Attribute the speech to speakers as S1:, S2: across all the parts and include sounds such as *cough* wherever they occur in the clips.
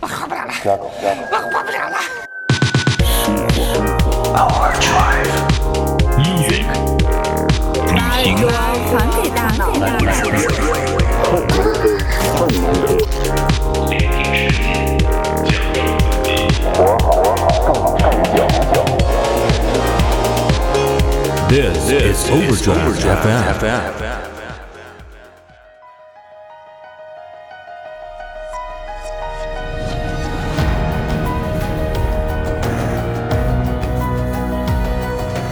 S1: 我活不了了，
S2: 加狗加狗
S1: 我活不了了。
S3: 音乐旅行
S4: 传给大脑，
S3: ，This is Overdrive FM。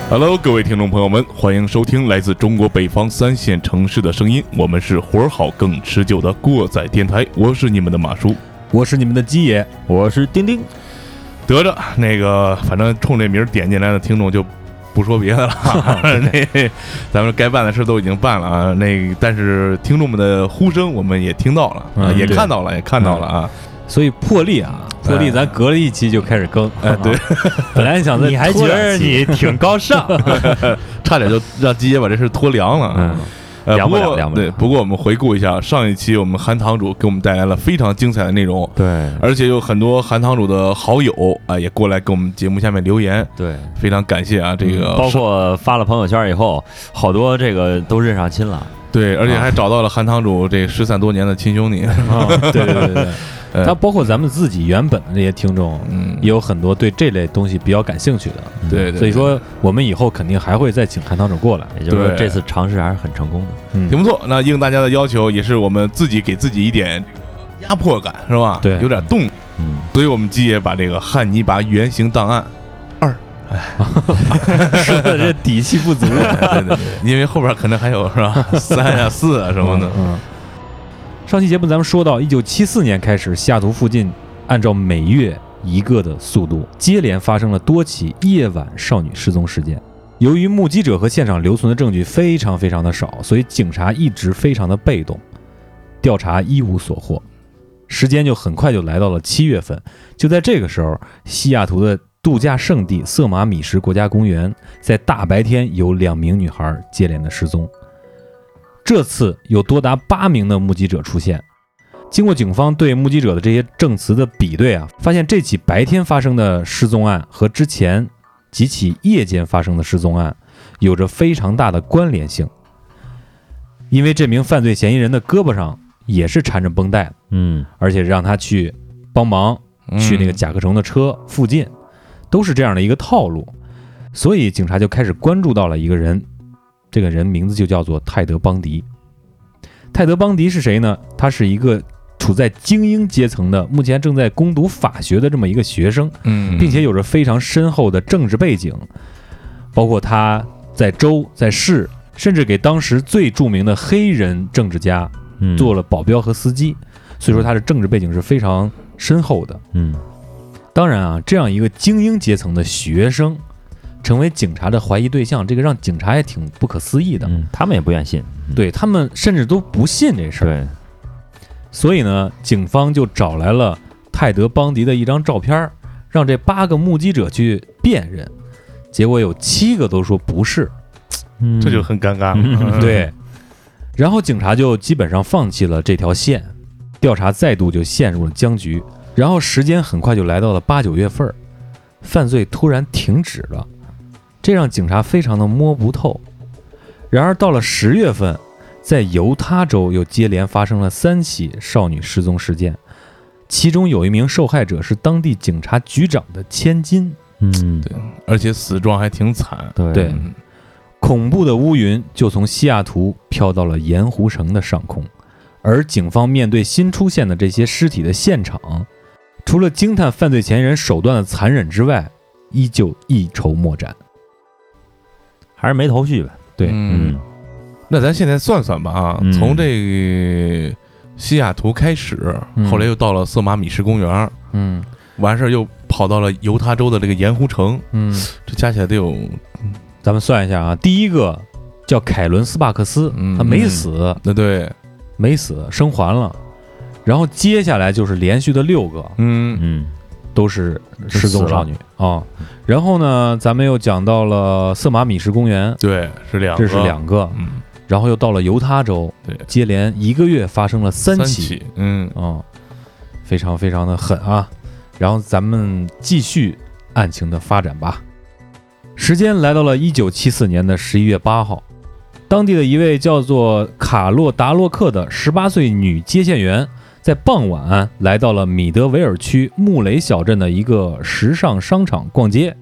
S3: Hello，各位听众朋友们，欢迎收听来自中国北方三线城市的声音，我们是活儿好更持久的过载电台，我是你们的马叔。
S5: 我是你们的鸡爷，我是丁丁。
S3: 得着，那个反正冲这名儿点进来的听众就不说别的
S6: *laughs*
S3: 了，那咱们该办的事都已经办了啊。那个但是听众们的呼声我们也听到了，啊
S5: 嗯
S3: 也
S5: 对
S3: 看到了，也看到了啊。
S5: 所以破例啊，破例咱隔了一期就开始更。
S3: 哎，对，
S5: *laughs* 本来想在
S6: 你还觉得你嗯挺高尚？
S3: *laughs* 差点就让鸡爷把这事拖凉了啊。
S5: *laughs* 嗯，
S3: 呃，
S6: 凉
S3: 不
S6: 不了
S3: 过
S6: 凉不了
S3: 对，不过我们回顾一下上一期，我们韩堂主给我们带来了非常精彩的内容，
S5: 对
S3: 而且有很多韩堂主的好友啊、也过来给我们节目下面留言，
S6: 对，
S3: 非常感谢啊。这
S5: 嗯
S3: 个
S6: 包括发了朋友圈以后，好多这个都认上亲
S5: *laughs*
S6: 了。
S3: 对，而且还找到了韩堂主这失散多年的亲兄
S5: *laughs*
S3: 弟。
S5: 啊，对对对 *laughs* 对
S3: 呃
S5: 对，他包括咱们自己原本的那些听众，
S3: 嗯
S5: 也有很多对这类东西比较感兴趣的。
S3: 对，
S5: 嗯
S3: 对
S5: 所以说，我们以后肯定还会再请韩堂主过来。
S6: 也就是
S3: 对
S6: 说，这次尝试还是很成功的。
S3: 对
S5: 嗯
S3: 挺不错。那应大家的要求，也是我们自己给自己一点压迫感，是吧？
S5: 对
S3: 有点动。
S6: 嗯，
S3: 所以我们基爷把这个《汉尼拔原型
S5: *laughs*
S3: 档案
S5: 说的 *laughs* 这底气不足。》，啊
S3: 对对对，因为后边可能还有
S5: *laughs*
S3: 是吧？三啊、四啊什么的。
S5: 嗯，上期节目咱们说到，一九七四年开始，西雅图附近按照每月一个的速度，接连发生了多起夜晚少女失踪事件。由于目击者和现场留存的证据非常非常的少，所以警察一直非常的被动，调查一无所获。时间就很快就来到了七月份，就在这个时候，西雅图的度假胜地瑟马米什国家公园在大白天有两名女孩接连的失踪。这次有多达八名的目击者出现。经过警方对目击者的这些证词的比对啊，发现这起白天发生的失踪案和之前几起夜间发生的失踪案有着非常大的关联性。因为这名犯罪嫌疑人的胳膊上也是缠着绷带，
S6: 嗯，
S5: 而且让他去帮忙
S3: 嗯
S5: 去那个甲壳虫的车附近，都是这样的一个套路。所以警察就开始关注到了一个人，这个人名字就叫做泰德·邦迪。泰德·邦迪是谁呢？他是一个处在精英阶层的，目前正在攻读法学的这么一个学生，
S3: 嗯，
S5: 并且有着非常深厚的政治背景，包括他在州、在市，甚至给当时最著名的黑人政治家
S6: 嗯
S5: 做了保镖和司机，所以说他的政治背景是非常深厚的。
S6: 嗯，
S5: 当然啊，这样一个精英阶层的学生成为警察的怀疑对象，这个让警察也挺不可思议的。
S6: 嗯，他们也不愿信。嗯，
S5: 对他们甚至都不信这事儿，
S6: 对，
S5: 所以呢，警方就找来了泰德·邦迪的一张照片儿，让这八个目击者去辨认。结果有七个都说不是，
S6: 嗯
S3: 这就很尴尬嗯了。
S5: 嗯对， *laughs* 然后警察就基本上放弃了这条线，调查再度就陷入了僵局。然后时间很快就来到了八九月份儿，犯罪突然停止了，这让警察非常的摸不透。然而到了十月份，在犹他州又接连发生了三起少女失踪事件，其中有一名受害者是当地警察局长的千金。
S6: 嗯，
S3: 对而且死状还挺惨。
S6: 对
S5: 对
S3: 嗯
S5: 恐怖的乌云就从西雅图飘到了盐湖城的上空，而警方面对新出现的这些尸体的现场，除了惊叹犯罪嫌疑人手段的残忍之外，依旧一筹莫展。
S6: 还是没头绪吧。
S5: 对
S3: 嗯，，那咱现在算算吧啊，
S6: 嗯
S3: 从这个西雅图开始，
S5: 嗯
S3: 后来又到了瑟马米什公园，
S5: 嗯
S3: 完事儿又跑到了犹他州的这个盐湖城，
S5: 嗯，
S3: 这加起来得有
S5: 咱们算一下啊，第一个叫凯伦·斯帕克斯，
S3: 嗯
S5: 他没死，
S3: 那对，
S5: 没死，生还了。然后接下来就是连续的六个
S3: 嗯，
S6: 嗯，
S5: 都是失踪少女啊、然后呢，咱们又讲到了瑟马米什公园，
S3: 对，是两个，
S5: 这是，两个，
S3: 嗯，
S5: 然后又到了犹他州，
S3: 对
S5: 接连一个月发生了三
S3: 三
S5: 起
S3: 起，嗯
S5: 啊、嗯非常非常的狠啊。然后咱们继续案情的发展吧。时间来到了一九七四年的十一月八号，当地的一位叫做卡洛达洛克的十八岁女接线员，在傍晚啊来到了米德维尔区穆雷小镇的一个时尚商场逛街，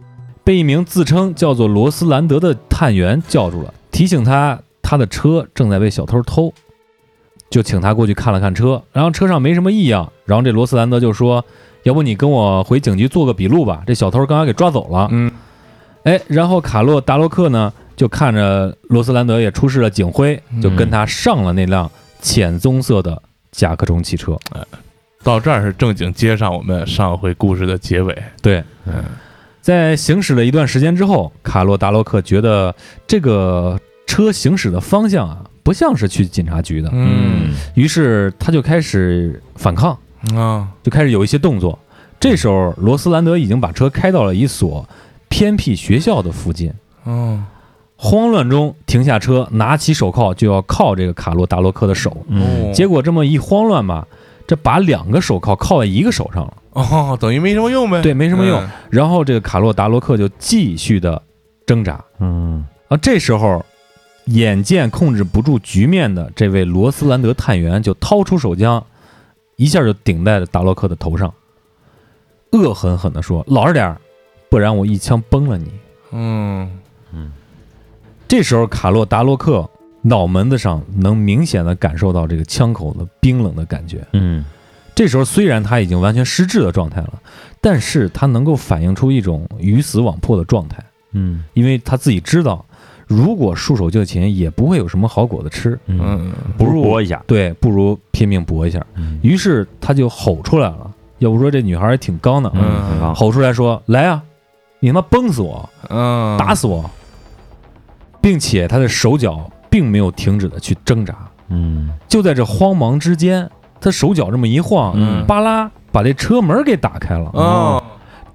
S5: 被一名自称叫做罗斯兰德的探员叫住了，提醒他他的车正在被小偷偷，就请他过去看了看车，然后车上没什么异样，然后这罗斯兰德就说：“要不你跟我回警局做个笔录吧，这小偷刚刚给抓走了。”
S3: 嗯，
S5: 哎，然后卡洛达洛克呢，就看着罗斯兰德也出示了警徽，就跟他上了那辆浅棕色的甲壳虫汽车。
S3: 到这儿是正经接上我们上回故事的结尾。
S5: 对，
S3: 嗯，
S5: 在行驶了一段时间之后，卡洛达洛克觉得这个车行驶的方向啊，不像是去警察局的，
S3: 嗯
S5: 于是他就开始反抗，
S3: 啊，
S5: 就开始有一些动作。这时候，罗斯兰德已经把车开到了一所偏僻学校的附近。
S3: 哦，
S5: 慌乱中停下车，拿起手铐就要铐这个卡洛达洛克的手。
S3: 哦
S6: 嗯，
S5: 结果这么一慌乱吧，这把两个手铐铐在一个手上了。
S3: 哦，等于没什么用呗。
S5: 对没什么用
S3: 嗯。
S5: 然后这个卡洛达洛克就继续的挣扎
S6: 嗯，
S5: 啊。这时候，眼见控制不住局面的这位罗斯兰德探员就掏出手枪，一下就顶在了达洛克的头上，恶狠狠地说：“老实点儿，不然我一枪崩了你。”
S3: 嗯，
S5: 这时候，卡洛达洛克脑门子上能明显的感受到这个枪口的冰冷的感觉。
S6: 嗯，
S5: 这时候，虽然他已经完全失智的状态了，但是他能够反映出一种鱼死网破的状态，
S6: 嗯，
S5: 因为他自己知道，如果束手就擒，也不会有什么好果子吃。
S6: 嗯，
S3: 嗯，
S6: 不如搏一下，
S5: 对，不如拼命搏一下。
S6: 嗯
S5: 于是他就吼出来了，要不说这女孩儿也挺刚的啊，
S6: 嗯，很棒，
S5: 吼出来说：“来呀、你他妈崩死我！”
S3: 嗯，
S5: 打死我，并且他的手脚并没有停止的去挣扎。
S6: 嗯
S5: 就在这慌忙之间，他手脚这么一晃，
S3: 嗯
S5: 巴拉把这车门给打开了。
S3: 哦，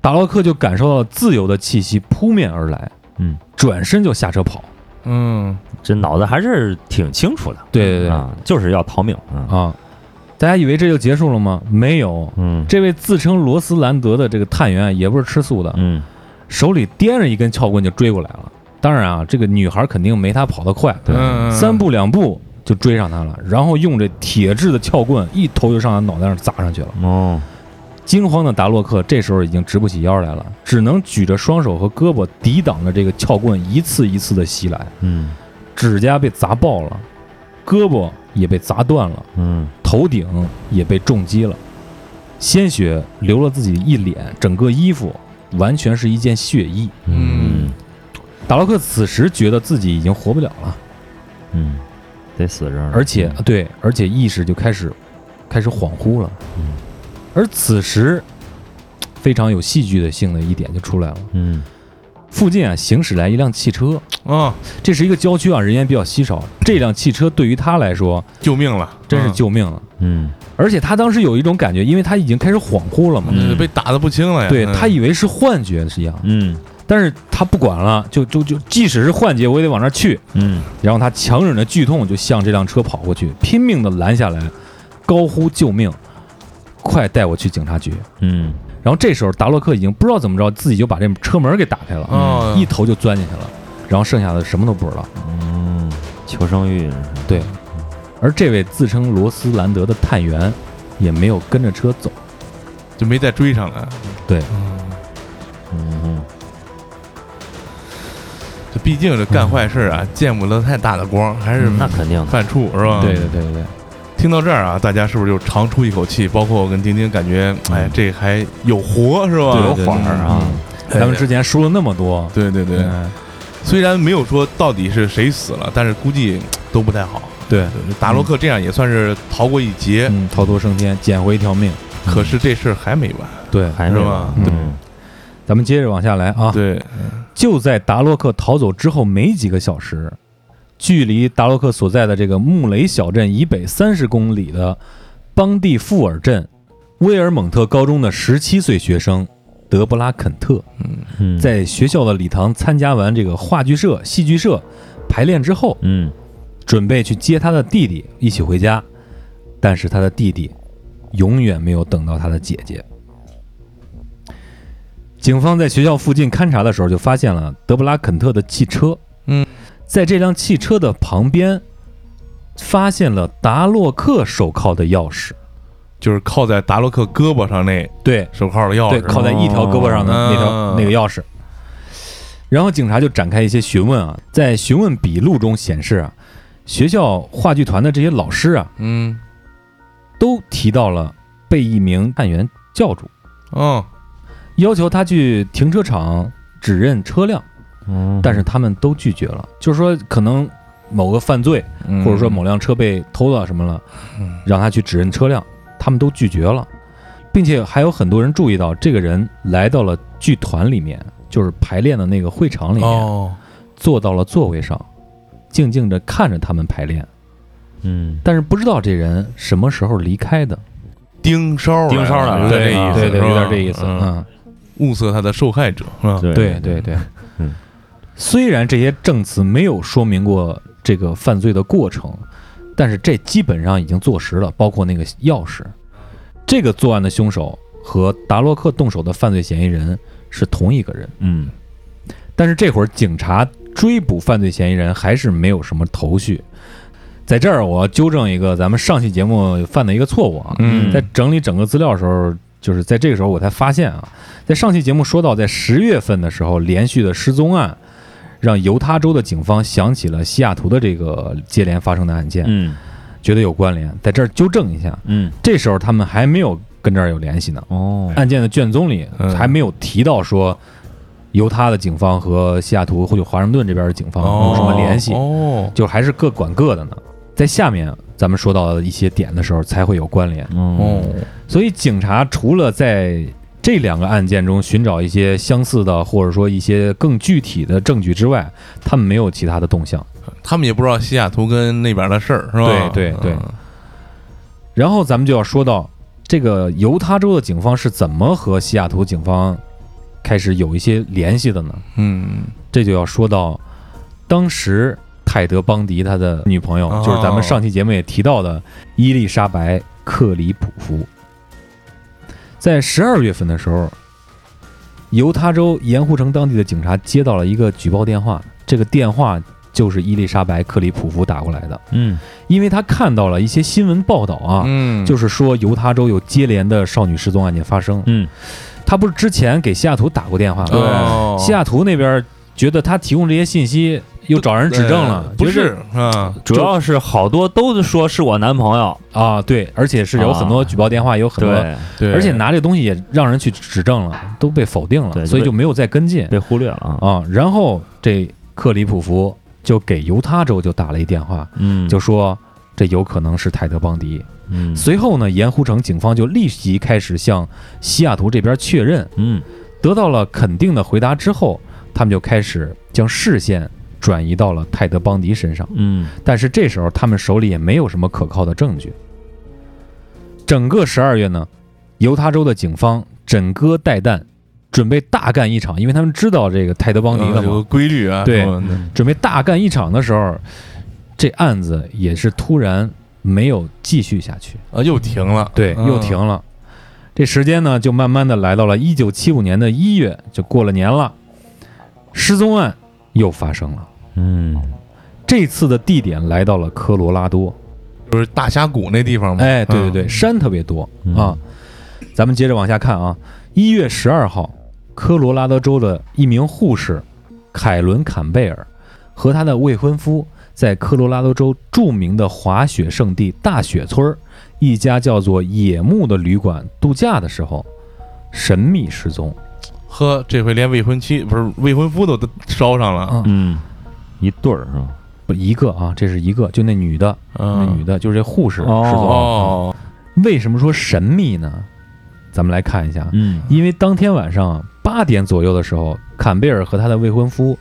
S5: 达洛克就感受到了自由的气息扑面而来，
S6: 嗯，
S5: 转身就下车跑。
S3: 嗯，
S6: 这脑子还是挺清楚的，
S5: 对对对
S6: 啊，就是要逃命，嗯
S5: 啊！大家以为这就结束了吗？没有，
S6: 嗯
S5: 这位自称罗斯兰德的这个探员也不是吃素的，
S6: 嗯
S5: 手里掂着一根撬棍就追过来了。当然啊，这个女孩肯定没他跑得快，
S6: 对
S3: 嗯
S5: 三，步两步就追上他了，然后用这铁质的撬棍一头就上他脑袋上砸上去了。
S6: 哦，
S5: 惊慌的达洛克这时候已经直不起腰来了，只能举着双手和胳膊抵挡着这个撬棍一次一次的袭来，
S6: 嗯
S5: 指甲被砸爆了，胳膊也被砸断了，
S6: 嗯
S5: 头顶也被重击了，鲜血流了自己一脸，整个衣服完全是一件血衣。
S3: 嗯
S5: 达洛克此时觉得自己已经活不了了。
S6: 嗯，得死这儿，
S5: 而且对，而且意识就开始开始恍惚了。
S6: 嗯，
S5: 而此时非常有戏剧的性的一点就出来了，
S6: 嗯
S5: 附近啊行驶来一辆汽车，
S3: 哦，
S5: 这是一个郊区啊，人烟比较稀少，这辆汽车对于他来说
S3: 救命了，
S5: 真是
S3: 嗯，
S5: 救命了。
S6: 嗯
S5: 而且他当时有一种感觉，因为他已经开始恍惚了嘛。
S6: 嗯
S3: 呃被打的不轻了呀。
S5: 对
S3: 嗯
S5: 他以为是幻觉是一样，
S6: 嗯
S5: 但是他不管了，就就就，即使是幻觉，我也得往那儿去。
S6: 嗯
S5: 然后他强忍着剧痛就向这辆车跑过去，拼命的拦下来，高呼救命，快带我去警察局！
S6: 嗯
S5: 然后这时候达洛克已经不知道怎么着，自己就把这车门给打开了，
S3: 哦，
S5: 一头就钻进去了，然后剩下的什么都不知道。
S6: 嗯，求生欲嗯这是，
S5: 而这位自称罗斯兰德的探员也没有跟着车走，
S3: 就没再追上来。
S5: 对
S3: 嗯，
S6: 嗯
S3: 这毕竟这干坏事啊，
S5: 嗯
S3: 见不得太大的光，还是
S6: 嗯，那肯定的，
S3: 犯怵
S6: 嗯
S3: 是吧？
S5: 对对对对对，
S3: 听到这儿啊，大家是不是就长出一口气？包括我跟丁丁感觉，
S5: 嗯
S3: 哎，这还有活是吧？
S6: 对有缓儿啊
S3: 哎
S5: 咱们之前说了那么多，
S3: 对对对，
S5: 嗯
S3: 虽然没有说到底是谁死了，但是估计都不太好。
S5: 对，
S3: 达洛克这样也算是逃过一劫，
S5: 嗯，逃脱升天，捡回一条命。
S3: 可是这事儿还没完。
S5: 对，
S6: 还没
S3: 是
S6: 有
S3: 吧
S6: 嗯
S5: 咱们接着往下来啊。
S3: 对，
S5: 就在达洛克逃走之后没几个小时，距离达洛克所在的这个穆雷小镇以北三十公里的邦蒂富尔镇威尔蒙特高中的十七岁学生德布拉肯特，
S6: 嗯，
S5: 在学校的礼堂参加完这个话剧社、戏剧社排练之后，
S6: 嗯
S5: 准备去接他的弟弟一起回家，但是他的弟弟永远没有等到他的姐姐。警方在学校附近勘察的时候，就发现了德布拉肯特的汽车。
S3: 嗯，
S5: 在这辆汽车的旁边，发现了达洛克手铐的钥匙。
S3: 就是靠在达洛克胳膊上那
S5: 对，
S3: 手铐的钥匙，
S5: 对，靠在一条胳膊上的
S3: 哦
S5: 那条、那个钥匙。然后警察就展开一些询问啊，在询问笔录中显示啊，学校话剧团的这些老师啊，
S3: 嗯，
S5: 都提到了被一名探员叫住，
S3: 哦，
S5: 要求他去停车场指认车辆，
S6: 嗯
S5: 但是他们都拒绝了，就是说可能某个犯罪
S3: 嗯
S5: 或者说某辆车被偷了什么了，
S3: 嗯
S5: 让他去指认车辆，他们都拒绝了，并且还有很多人注意到这个人来到了剧团里面，就是排练的那个会场里面，
S3: 哦，
S5: 坐到了座位上，静静的看着他们排练，
S6: 嗯，
S5: 但是不知道这人什么时候离开的，
S3: 盯梢儿来了，啊
S6: 盯梢儿来了
S3: 有点这意思，
S5: 对对，
S3: 是吧
S5: 有点这意思，
S3: 嗯，
S5: 嗯，
S3: 物色他的受害者，是吧？
S5: 对对对，
S6: 嗯。
S5: 虽然这些证词没有说明过这个犯罪的过程，但是这基本上已经坐实了，包括那个钥匙。这个作案的凶手和达洛克动手的犯罪嫌疑人是同一个人，
S6: 嗯
S5: 但是这会儿警察追捕犯罪嫌疑人还是没有什么头绪。在这儿，我要纠正一个咱们上期节目犯的一个错误啊，
S3: 嗯，
S5: 在整理整个资料的时候，就是在这个时候我才发现啊，在上期节目说到，在十月份的时候，连续的失踪案让犹他州的警方想起了西雅图的这个接连发生的案件，
S6: 嗯
S5: 觉得有关联，在这儿纠正一下，
S6: 嗯，
S5: 这时候他们还没有跟这儿有联系呢。
S6: 哦，
S5: 案件的卷宗里
S3: 嗯
S5: 还没有提到说犹他的警方和西雅图或者华盛顿这边的警方
S3: 哦
S5: 有什么联系，
S3: 哦，
S5: 就还是各管各的呢。在下面咱们说到一些点的时候才会有关联。
S3: 哦
S6: 哦，，
S5: 所以警察除了在这两个案件中寻找一些相似的，或者说一些更具体的证据之外，他们没有其他的动向。
S3: 他们也不知道西雅图跟那边的事儿，是吧？
S5: 对对对
S3: 嗯
S5: 然后咱们就要说到这个犹他州的警方是怎么和西雅图警方开始有一些联系的呢？
S3: 嗯，
S5: 这就要说到当时泰德·邦迪他的女朋友，
S3: 哦
S5: 就是咱们上期节目也提到的伊丽莎白·克里普夫，在十二月份的时候，犹他州盐湖城当地的警察接到了一个举报电话，这个电话就是伊丽莎白·克里普夫打过来的，
S6: 嗯
S5: 因为他看到了一些新闻报道啊。
S3: 嗯，
S5: 就是说，犹他州有接连的少女失踪案件发生。
S6: 嗯
S5: 他不是之前给西雅图打过电话吗？
S6: 对
S3: 哦
S5: 西雅图那边觉得他提供这些信息又找人指证了，
S3: 不
S5: 觉
S3: 是啊，
S6: 主要是好多都是说是我男朋友，
S5: 得啊？对，而且是有很多
S6: 啊
S5: 举报电话，有很多，
S6: 对，
S3: 对，
S5: 而且拿这个东西也让人去指证了，都被否定了，
S6: 对
S5: 所以就没有再跟进
S6: 被忽略了啊，
S5: 啊。然后这克里普福就给犹他州就打了一电话，
S6: 嗯
S5: 就说这有可能是泰德邦迪。
S6: 嗯
S5: 随后呢，盐湖城警方就立即开始向西雅图这边确认，
S6: 嗯
S5: 得到了肯定的回答之后，他们就开始将视线转移到了泰德邦迪身上。
S6: 嗯
S5: 但是这时候他们手里也没有什么可靠的证据。整个十二月呢，犹他州的警方枕戈待旦，准备大干一场，因为他们知道这个泰德·邦迪
S3: 嗯
S5: 了
S3: 有个
S5: 嘛，
S3: 规律啊，
S5: 对嗯
S3: 什么的
S5: 准备大干一场的时候，这案子也是突然没有继续下去，
S3: 啊，又停了，
S5: 对，
S3: 嗯
S5: 又停，了。这时间呢，就慢慢的来到了一九七五年的一月，就过了年了，失踪案又发生了。
S6: 嗯
S5: 这次的地点来到了科罗拉多，
S3: 就是大峡谷那地方嘛，
S5: 哎，对对对，
S3: 嗯，
S5: 山特别多
S6: 嗯
S5: 啊。咱们接着往下看啊，一月十二号，科罗拉多州的一名护士凯伦·坎贝尔和她的未婚夫在科罗拉多州著名的滑雪圣地大雪村儿一家叫做“野木”的旅馆度假的时候，神秘失踪。
S3: 呵，这回连未婚妻不是未婚夫都烧上了，
S5: 啊，
S6: 嗯，一对儿是吧？
S5: 不一个啊，这是一个，就那女的，那啊
S3: 嗯
S5: 女，的就是这护士失踪
S6: 哦
S5: 了。
S3: 哦，
S5: 为什么说神秘呢？咱们来看一下，啊
S6: 嗯
S5: 因为当天晚上八点左右的时候，坎贝尔和他的未婚夫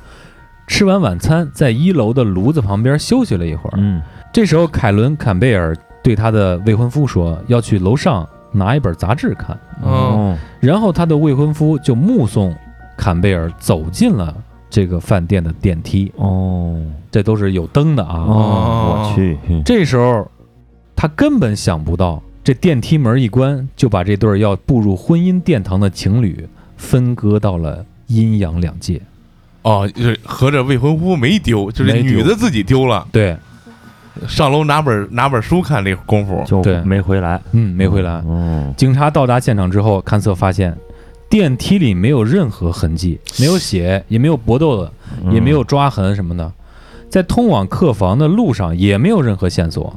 S5: 吃完晚餐，在一楼的炉子旁边休息了一会儿。
S6: 嗯
S5: 这时候，凯伦·坎贝尔对他的未婚夫说，要去楼上拿一本杂志看。嗯
S6: 嗯
S3: 哦
S5: 然后，他的未婚夫就目送坎贝尔走进了这个饭店的电梯，
S6: 哦
S5: 这都是有灯的啊。
S6: 哦，我去，
S5: 这时候，他根本想不到这电梯门一关，就把这对儿要步入婚姻殿堂的情侣分割到了阴阳两界。
S3: 哦，就是合着未婚夫没丢，就是
S5: 没丢
S3: 女的自己丢了，
S5: 对，
S3: 上楼拿本拿本书看这功夫，
S6: 就
S5: 对
S6: 没回来。
S5: 嗯，没回来。
S6: 嗯，
S5: 警察到达现场之后，勘测发现电梯里没有任何痕迹，没有血，也没有搏斗的，
S6: 嗯
S5: 也没有抓痕什么的。在通往客房的路上也没有任何线索，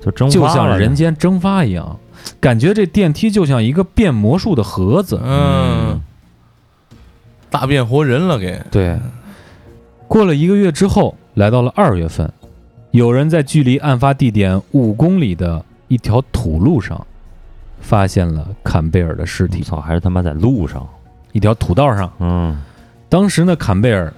S6: 就蒸
S5: 就
S6: 发了
S5: 像
S6: 呢
S5: 人间蒸发一样，感觉这电梯就像一个变魔术的盒子。
S3: 嗯，大变活人了给，
S5: 对，过了一个月之后，来到了二月份，有人在距离案发地点五公里的一条土路上，发现了坎贝尔的尸体。
S6: 操，还是他妈在路上。
S5: 嗯一条土道上，
S6: 嗯
S5: 当时呢，坎贝尔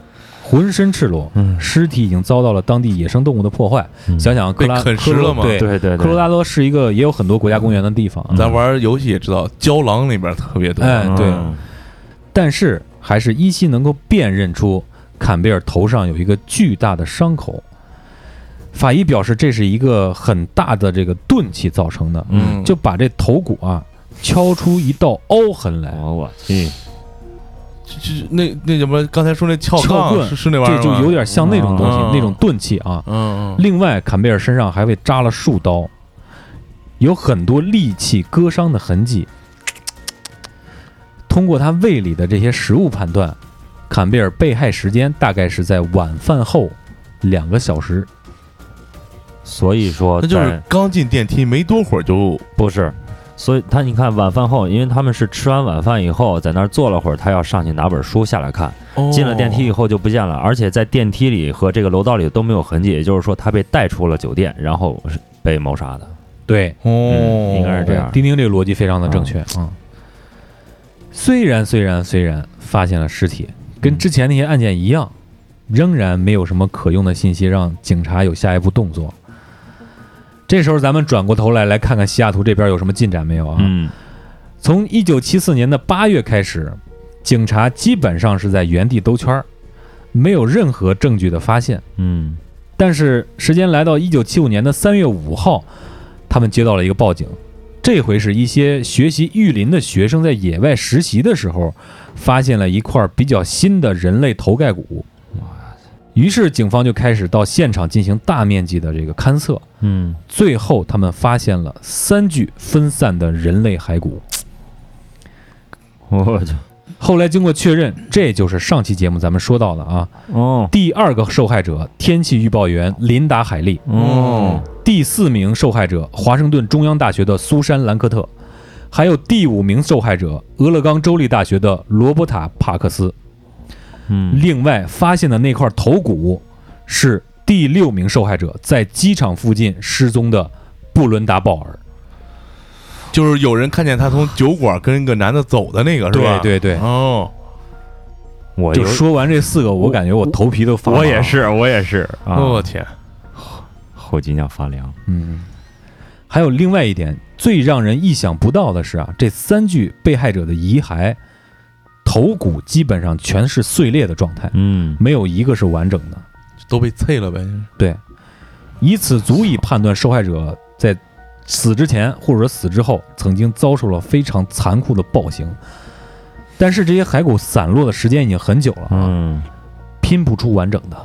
S5: 浑身赤裸，
S6: 嗯，
S5: 尸体已经遭到了当地野生动物的破坏。想想克拉
S3: 被啃食了
S5: 科
S3: 吗
S5: 罗嗯对，
S6: 对对
S5: 科罗拉多是一个也有很多国家公园的地方，
S3: 咱玩游戏也知道，胶囊里边特别多，
S5: 嗯哎
S6: 嗯
S5: 对但是还是依稀能够辨认出坎贝尔头上有一个巨大的伤口。法医表示，这是一个很大的这个钝器造成的，
S6: 嗯，
S5: 就把这头骨啊敲出一道凹痕来，
S6: 哦我我去，
S3: 就那那什么，刚才说那撬
S5: 撬
S3: 杠
S5: 棍
S3: 是是那玩意
S5: 这
S3: 儿吗？
S5: 就有点像那种东西
S3: 嗯，
S5: 那种钝器啊。
S3: 嗯，嗯
S5: 另外，坎贝尔身上还被扎了数刀，有很多利器割伤的痕迹。通过他胃里的这些食物判断，坎贝尔被害时间大概是在晚饭后两个小时。
S6: 所以说
S3: 那就是
S6: 在
S3: 刚进电梯没多会儿就
S6: 不是。所以他，你看晚饭后，因为他们是吃完晚饭以后在那儿坐了会儿，他要上去拿本书下来看。
S3: 哦
S6: 进了电梯以后就不见了，而且在电梯里和这个楼道里都没有痕迹，也就是说他被带出了酒店，然后是被谋杀的。
S5: 对，
S3: 哦
S6: 嗯，应该是这样
S5: 丁丁这个逻辑非常的正确啊、嗯虽然虽然虽然发现了尸体，
S6: 嗯
S5: 跟之前那些案件一样，仍然没有什么可用的信息让警察有下一步动作。这时候，咱们转过头来来看看西雅图这边有什么进展没有啊？
S6: 嗯
S5: 从一九七四年的八月开始，警察基本上是在原地兜圈儿，没有任何证据的发现。
S6: 嗯
S5: 但是时间来到一九七五年的三月五号，他们接到了一个报警，这回是一些学习育林的学生在野外实习的时候，发现了一块比较新的人类头盖骨。于是警方就开始到现场进行大面积的这个勘测，
S6: 嗯，
S5: 最后他们发现了三具分散的人类骸骨。
S6: 我去，
S5: 后来经过确认，这就是上期节目咱们说到的啊，
S6: 哦
S5: 第二个受害者天气预报员琳达·海利。
S6: 哦，
S5: 第四名受害者华盛顿中央大学的苏珊·兰科特，还有第五名受害者俄勒冈州立大学的罗伯塔·帕克斯。
S6: 嗯
S5: 另外发现的那块头骨是第六名受害者在机场附近失踪的布伦达·鲍尔。
S3: 就是有人看见他从酒馆跟个男的走的那个是吧？
S5: 对对对
S3: 哦，
S6: 我
S5: 就
S6: 啊有
S5: 说完这四个，我感觉我头皮都发麻。
S6: 我也，是，我也是啊，
S3: 我哦天，
S6: 后脊梁发凉。
S5: 嗯。还有另外一点，最让人意想不到的是啊，这三具被害者的遗骸头骨基本上全是碎裂的状态，
S6: 嗯
S5: 没有一个是完整的。
S3: 都被碎了呗。
S5: 对，以此足以判断受害者在死之前或者说死之后曾经遭受了非常残酷的暴行。但是这些骸骨散落的时间已经很久了啊，
S6: 嗯，
S5: 拼不出完整的，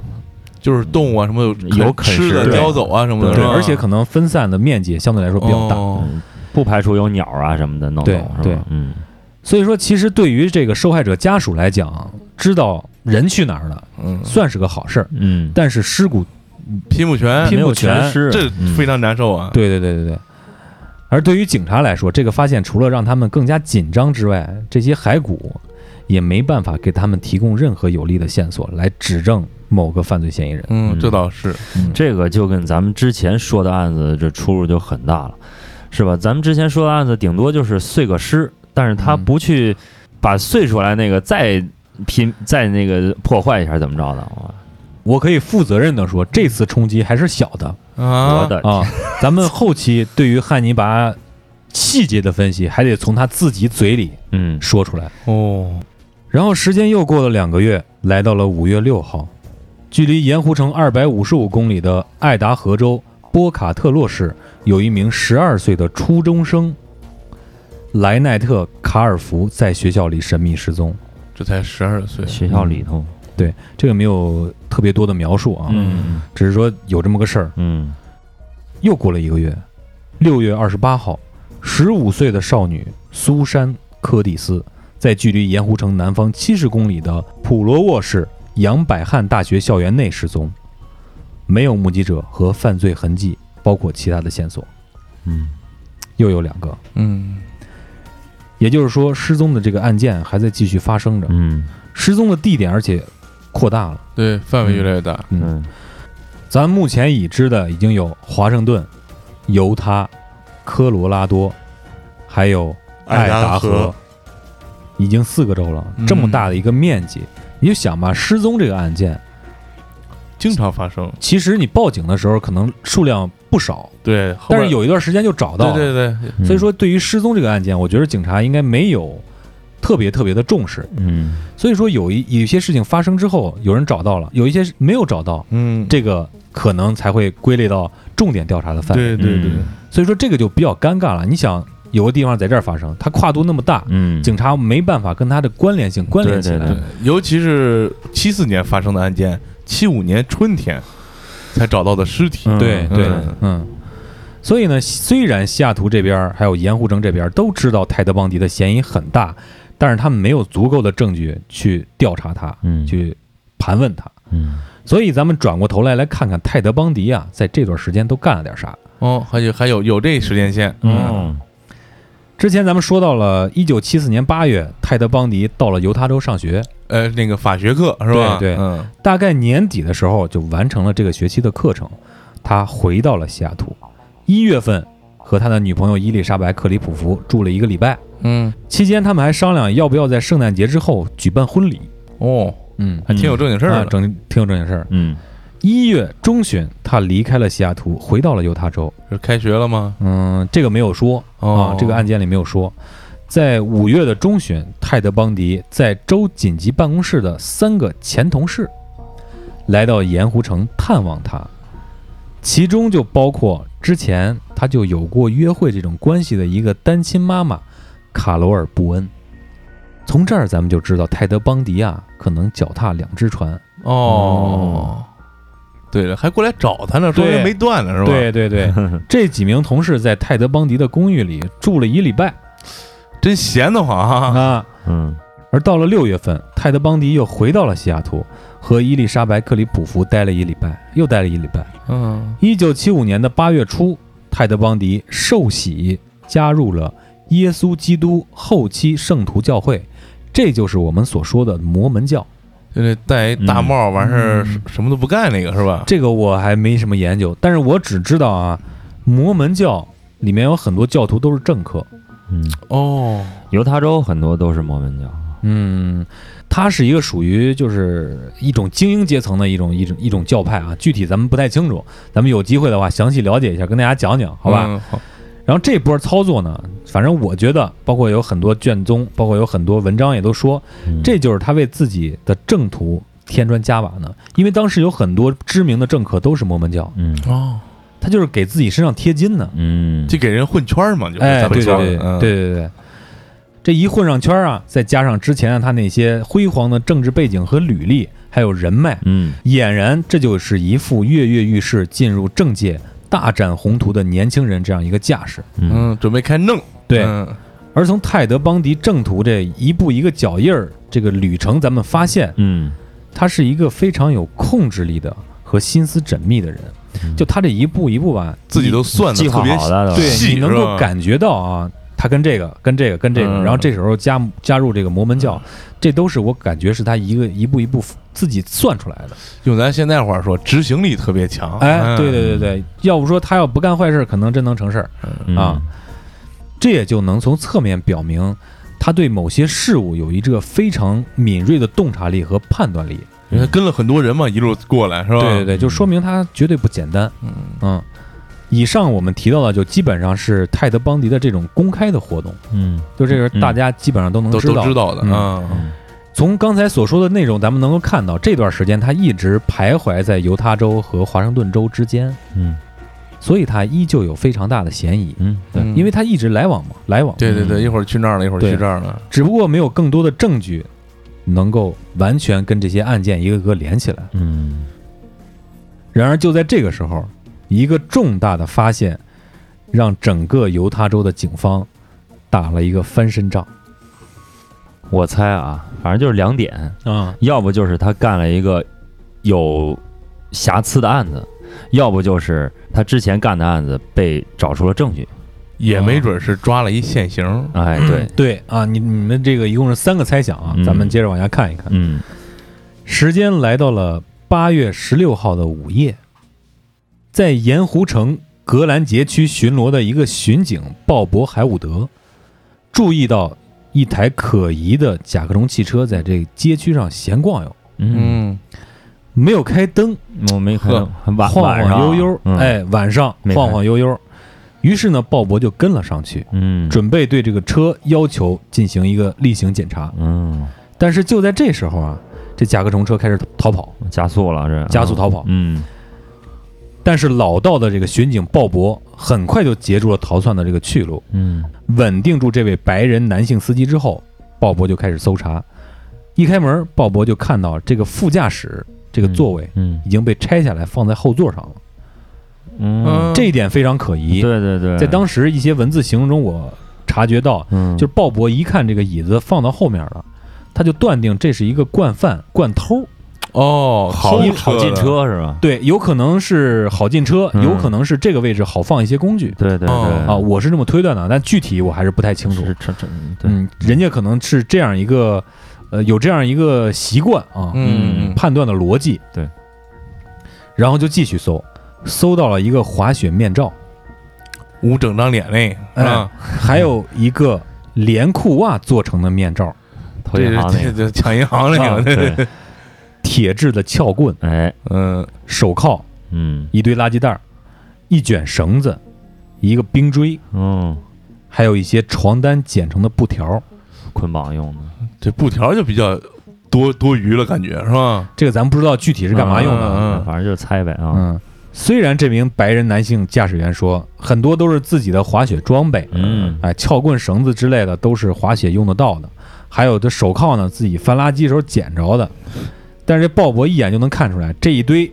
S3: 就是动物啊，什么
S6: 有啃
S3: 吃
S6: 食
S3: 的、
S6: 对
S3: 叼走啊什么的，
S6: 对
S3: 是
S5: 对，
S3: 吧
S5: 而且可能分散的面积也相对来说比较大。
S3: 哦
S6: 嗯不排除有鸟啊什么的弄
S5: 对
S6: 走是
S5: 对
S6: 吧？嗯
S5: 所以说，其实对于这个受害者家属来讲，知道人去哪儿了，
S3: 嗯，
S5: 算是个好事儿。
S6: 嗯，
S5: 但是尸骨，
S3: 拼不全，
S5: 拼
S6: 没
S5: 不
S6: 有
S5: 全
S6: 全尸，
S3: 这
S6: 嗯
S3: 非常难受啊。
S5: 对对对对对。而对于警察来说，这个发现除了让他们更加紧张之外，这些骸骨也没办法给他们提供任何有力的线索来指证某个犯罪嫌疑人。
S3: 嗯，
S6: 嗯
S3: 这倒是，
S6: 这个就跟咱们之前说的案子这出入就很大了，是吧？咱们之前说的案子顶多就是碎个尸，但是他
S5: 嗯
S6: 不去把碎出来那个再拼再那个破坏一下，怎么着的？
S5: 我可以负责任的说，这次冲击还是小的
S3: 啊，
S6: 我的
S5: 啊。咱们后期对于汉尼拔细节的分析，还得从他自己嘴里
S6: 嗯
S5: 说出来。
S3: 哦，
S5: 然后时间又过了两个月，来到了五月六号，距离盐湖城二百五十五公里的爱达荷州波卡特洛市有一名十二岁的初中生莱奈特·卡尔福在学校里神秘失踪。
S3: 这才十二岁，
S6: 学校里头，
S5: 这个没有特别多的描述啊，
S3: 嗯
S5: 只是说有这么个事儿。
S6: 嗯
S5: 又过了一个月，六月二十八号，十五岁的少女苏珊·科蒂斯在距离盐湖城南方七十公里的普罗沃市杨百翰大学校园内失踪，没有目击者和犯罪痕迹，包括其他的线索。
S6: 嗯，
S5: 又有两个，
S3: 嗯
S5: 也就是说，失踪的这个案件还在继续发生着，
S6: 嗯
S5: 失踪的地点而且扩大了。
S3: 对，范围越来越大，
S5: 嗯
S6: 嗯
S5: 咱目前已知的已经有华盛顿、犹他、科罗拉多，还有嗯爱达
S1: 河，，
S5: 已经四个州了
S3: 嗯，
S5: 这么大的一个面积，你就想吧，失踪这个案件，
S3: 经常发生。
S5: 其实你报警的时候可能数量不少，
S3: 对，后
S5: 但是
S3: 边
S5: 有一段时间就找到
S3: 对
S5: 了。
S3: 对对，
S6: 嗯
S5: 所以说，对于失踪这个案件，我觉得警察应该没有特别特别的重视。
S6: 嗯
S5: 所以说，有一有一些事情发生之后，有人找到了，有一些是没有找到，
S3: 嗯，
S5: 这个可能才会归类到重点调查的范围。
S3: 对对对，
S5: 所以说这个就比较尴尬了。你想，有个地方在这儿发生，它跨度那么大，
S6: 嗯，
S5: 警察没办法跟它的关联性关联起
S6: 对
S5: 来。
S3: 对，尤其是七四年发生的案件，七五年春天才找到的尸体。
S6: 嗯
S5: 对
S3: 嗯
S5: 对，嗯。所以呢，虽然西雅图这边儿还有盐湖城这边儿都知道泰德·邦迪的嫌疑很大，但是他们没有足够的证据去调查他，
S6: 嗯
S5: 去盘问他。
S6: 嗯
S5: 所以咱们转过头来来看看泰德·邦迪啊，在这段时间都干了点啥。
S3: 哦，还有还有有这时间线，
S6: 嗯
S5: 之前咱们说到了，一九七四年八月，泰德·邦迪到了犹他州上学，
S3: 呃，那个法学课是吧？
S5: 对对
S3: 嗯
S5: 大概年底的时候就完成了这个学期的课程，他回到了西雅图。一月份和他的女朋友伊丽莎白·克里普福住了一个礼拜，
S3: 嗯，
S5: 期间他们还商量要不要在圣诞节之后举办婚礼。
S3: 哦，
S5: 嗯，
S3: 还挺有正经事
S5: 啊
S3: 儿的。
S5: 整挺有正经事儿。
S6: 嗯
S5: 一月中旬，他离开了西雅图，回到了犹他州。
S3: 是开学了吗？
S5: 嗯，这个没有说
S3: 哦
S5: 啊，，这个案件里没有说。在五月的中旬，泰德·邦迪在州紧急办公室的三个前同事来到盐湖城探望他，其中就包括之前他就有过约会这种关系的一个单亲妈妈卡罗尔·布恩。从这儿咱们就知道，泰德·邦迪啊，可能脚踏两只船。
S3: 哦，对了，还过来找他呢，
S5: 嗯
S3: 说
S5: 对
S3: 人没断呢，是吧？，
S5: 对对
S3: *laughs*
S5: 对，这几名同事在泰德·邦迪的公寓里住了一礼拜
S3: 真闲得慌啊！
S5: 啊。
S6: 嗯
S5: 而到了六月份，泰德·邦迪又回到了西雅图，和伊丽莎白·克里普福待了一礼拜，又待了一礼拜。
S3: 嗯，
S5: 一九七五年的八月初，泰德·邦迪受洗加入了耶稣基督后期圣徒教会，这就是我们所说的摩门教。
S3: 就那戴一大帽，完事儿
S5: 嗯
S3: 什么都不干那个是吧？
S5: 这个我还没什么研究，但是我只知道啊，摩门教里面有很多教徒都是政客。
S6: 嗯，
S3: 哦，
S6: 犹他州很多都是摩门教，
S5: 嗯，它是一个属于就是一种精英阶层的一种一种一种教派啊，具体咱们不太清楚，咱们有机会的话详细了解一下，跟大家讲讲，好吧？
S3: 嗯？好，
S5: 然后这波操作呢，反正我觉得，包括有很多卷宗，包括有很多文章也都说，
S6: 嗯
S5: 这就是他为自己的正途添砖加瓦呢，因为当时有很多知名的政客都是摩门教，
S6: 嗯
S3: 哦，
S5: 他就是给自己身上贴金呢。
S6: 嗯
S3: 就给人混圈儿嘛，就是
S5: 哎，
S3: 咱们
S5: 对对
S3: 说
S5: 对
S3: 的嗯
S5: 对对对，这一混上圈儿啊，再加上之前啊他那些辉煌的政治背景和履历，还有人脉，
S6: 嗯
S5: 俨然这就是一副跃跃欲试、进入政界大展宏图的年轻人这样一个架势。
S6: 嗯
S3: 嗯，准备开弄，
S5: 对，
S3: 嗯
S5: 而从泰德·邦迪正途这一步一个脚印儿这个旅程，咱们发现
S6: 嗯
S5: 他是一个非常有控制力的和心思缜密的人。就他这一步一步吧，
S3: 嗯自己都算的
S6: 计
S3: 特
S6: 划
S3: 别
S6: 好了的，
S3: 对
S5: 对
S3: 细
S5: 你能
S3: 是
S5: 够
S3: 吧
S5: 感觉到啊，他跟这个跟这个跟这个，
S3: 嗯
S5: 然后这时候加加入这个摩门教，这都是我感觉是他一个一步一步自己算出来的。
S3: 用咱现在话说，执行力特别强。嗯
S5: 哎，对对对对，要不说他要不干坏事儿，可能真能成事儿。
S6: 嗯
S5: 啊这也就能从侧面表明，他对某些事物有一个非常敏锐的洞察力和判断力。
S3: 因为他跟了很多人嘛，一路过来是吧？
S5: 对对对，就说明他绝对不简单。
S3: 嗯
S5: 嗯，以上我们提到的就基本上是泰德·邦迪的这种公开的活动，
S6: 嗯
S5: 就这个大家基本上都能
S3: 都
S5: 知
S3: 都
S5: 道
S3: 知。道的
S5: 嗯
S3: 啊。
S5: 从刚才所说的内容，咱们能够看到，这段时间他一直徘徊在犹他州和华盛顿州之间，
S6: 嗯
S5: 所以他依旧有非常大的嫌疑，
S6: 嗯，对，
S3: 嗯
S5: 因为他一直来往嘛，来往，
S3: 对嗯对对，一会儿去那儿了，一会儿
S5: 对
S3: 去这儿了，
S5: 只不过没有更多的证据能够完全跟这些案件一个个连起来。
S6: 嗯
S5: 然而就在这个时候，一个重大的发现让整个犹他州的警方打了一个翻身仗
S6: 我猜啊，反正就是两点，
S5: 啊，
S6: 要不就是他干了一个有瑕疵的案子，要不就是他之前干的案子被找出了证据。
S3: 也没准是抓了一现行。
S6: 哎，对，
S5: 对啊，你你们这个一共是三个猜想啊，
S6: 嗯
S5: 咱们接着往下看一看。
S6: 嗯
S5: 时间来到了八月十六号的午夜，在盐湖城格兰杰区巡逻的一个巡警鲍勃·海伍德注意到一台可疑的甲壳虫汽车在这街区上闲逛悠，
S6: 嗯，，
S5: 没有开灯，
S6: 我没看到，很晚
S5: 晃
S6: 晚
S5: 晃
S6: 上
S5: 悠悠，
S6: 嗯、，
S5: 哎，晚上
S6: 没开
S5: 晃晃悠悠。于是呢，鲍勃就跟了上去，
S6: 嗯，
S5: 准备对这个车要求进行一个例行检查。
S6: 嗯，
S5: 但是就在这时候啊，这甲壳虫车开始逃跑，
S6: 加速了这，
S5: 加速逃跑。
S6: 嗯，
S5: 但是老道的这个巡警鲍勃很快就截住了逃窜的这个去路，
S6: 嗯
S5: 稳定住这位白人男性司机之后，鲍勃就开始搜查。一开门，鲍勃就看到这个副驾驶这个座位
S6: 嗯
S5: 已经被拆下来放在后座上了，
S6: 嗯，
S5: 这一点非常可疑。
S6: 对对对，
S5: 在当时一些文字形容中，我察觉到，
S6: 嗯
S5: 就是鲍勃一看这个椅子放到后面了，他就断定这是一个惯犯、惯偷。
S3: 哦，
S6: 好
S3: 偷
S6: 好进
S3: 的，
S6: 车是吧？
S5: 对，有可能是好进车，
S6: 嗯
S5: 有可能是这个位置好放一些工具。
S6: 对对对
S3: 哦
S5: 啊，我是这么推断的，但具体我还是不太清楚。
S6: 嗯是这这对，
S5: 哦嗯，人家可能是这样一个，呃，有这样一个习惯啊，
S3: 嗯，嗯
S5: 判断的逻辑。
S6: 对，
S5: 然后就继续搜，搜到了一个滑雪面罩，
S3: 捂整张脸嘞，
S5: 哎
S3: 啊，
S5: 还有一个连裤袜做成的面罩，
S6: 投
S3: 这
S6: 银行那
S3: 这
S6: 个，
S3: 这抢银行那
S5: 啊
S3: 个，对，
S6: 对，
S5: 铁制的撬棍、
S6: 哎，
S3: 嗯，
S5: 手铐，
S6: 嗯
S5: 一堆垃圾袋儿，一卷绳子，一个冰锥，
S6: 嗯，
S5: 还有一些床单剪成的布条。
S6: 捆绑用的，
S3: 这布条就比较多多余了，感觉是吧？
S5: 这个咱不知道具体是干嘛用的啊，
S3: 嗯
S6: 反正就是猜呗啊，
S5: 嗯，虽然这名白人男性驾驶员说很多都是自己的滑雪装备，
S6: 嗯
S5: 哎，撬棍、绳子之类的都是滑雪用得到的，还有这手铐呢，自己翻垃圾的时候捡着的。但是这鲍勃一眼就能看出来，这一堆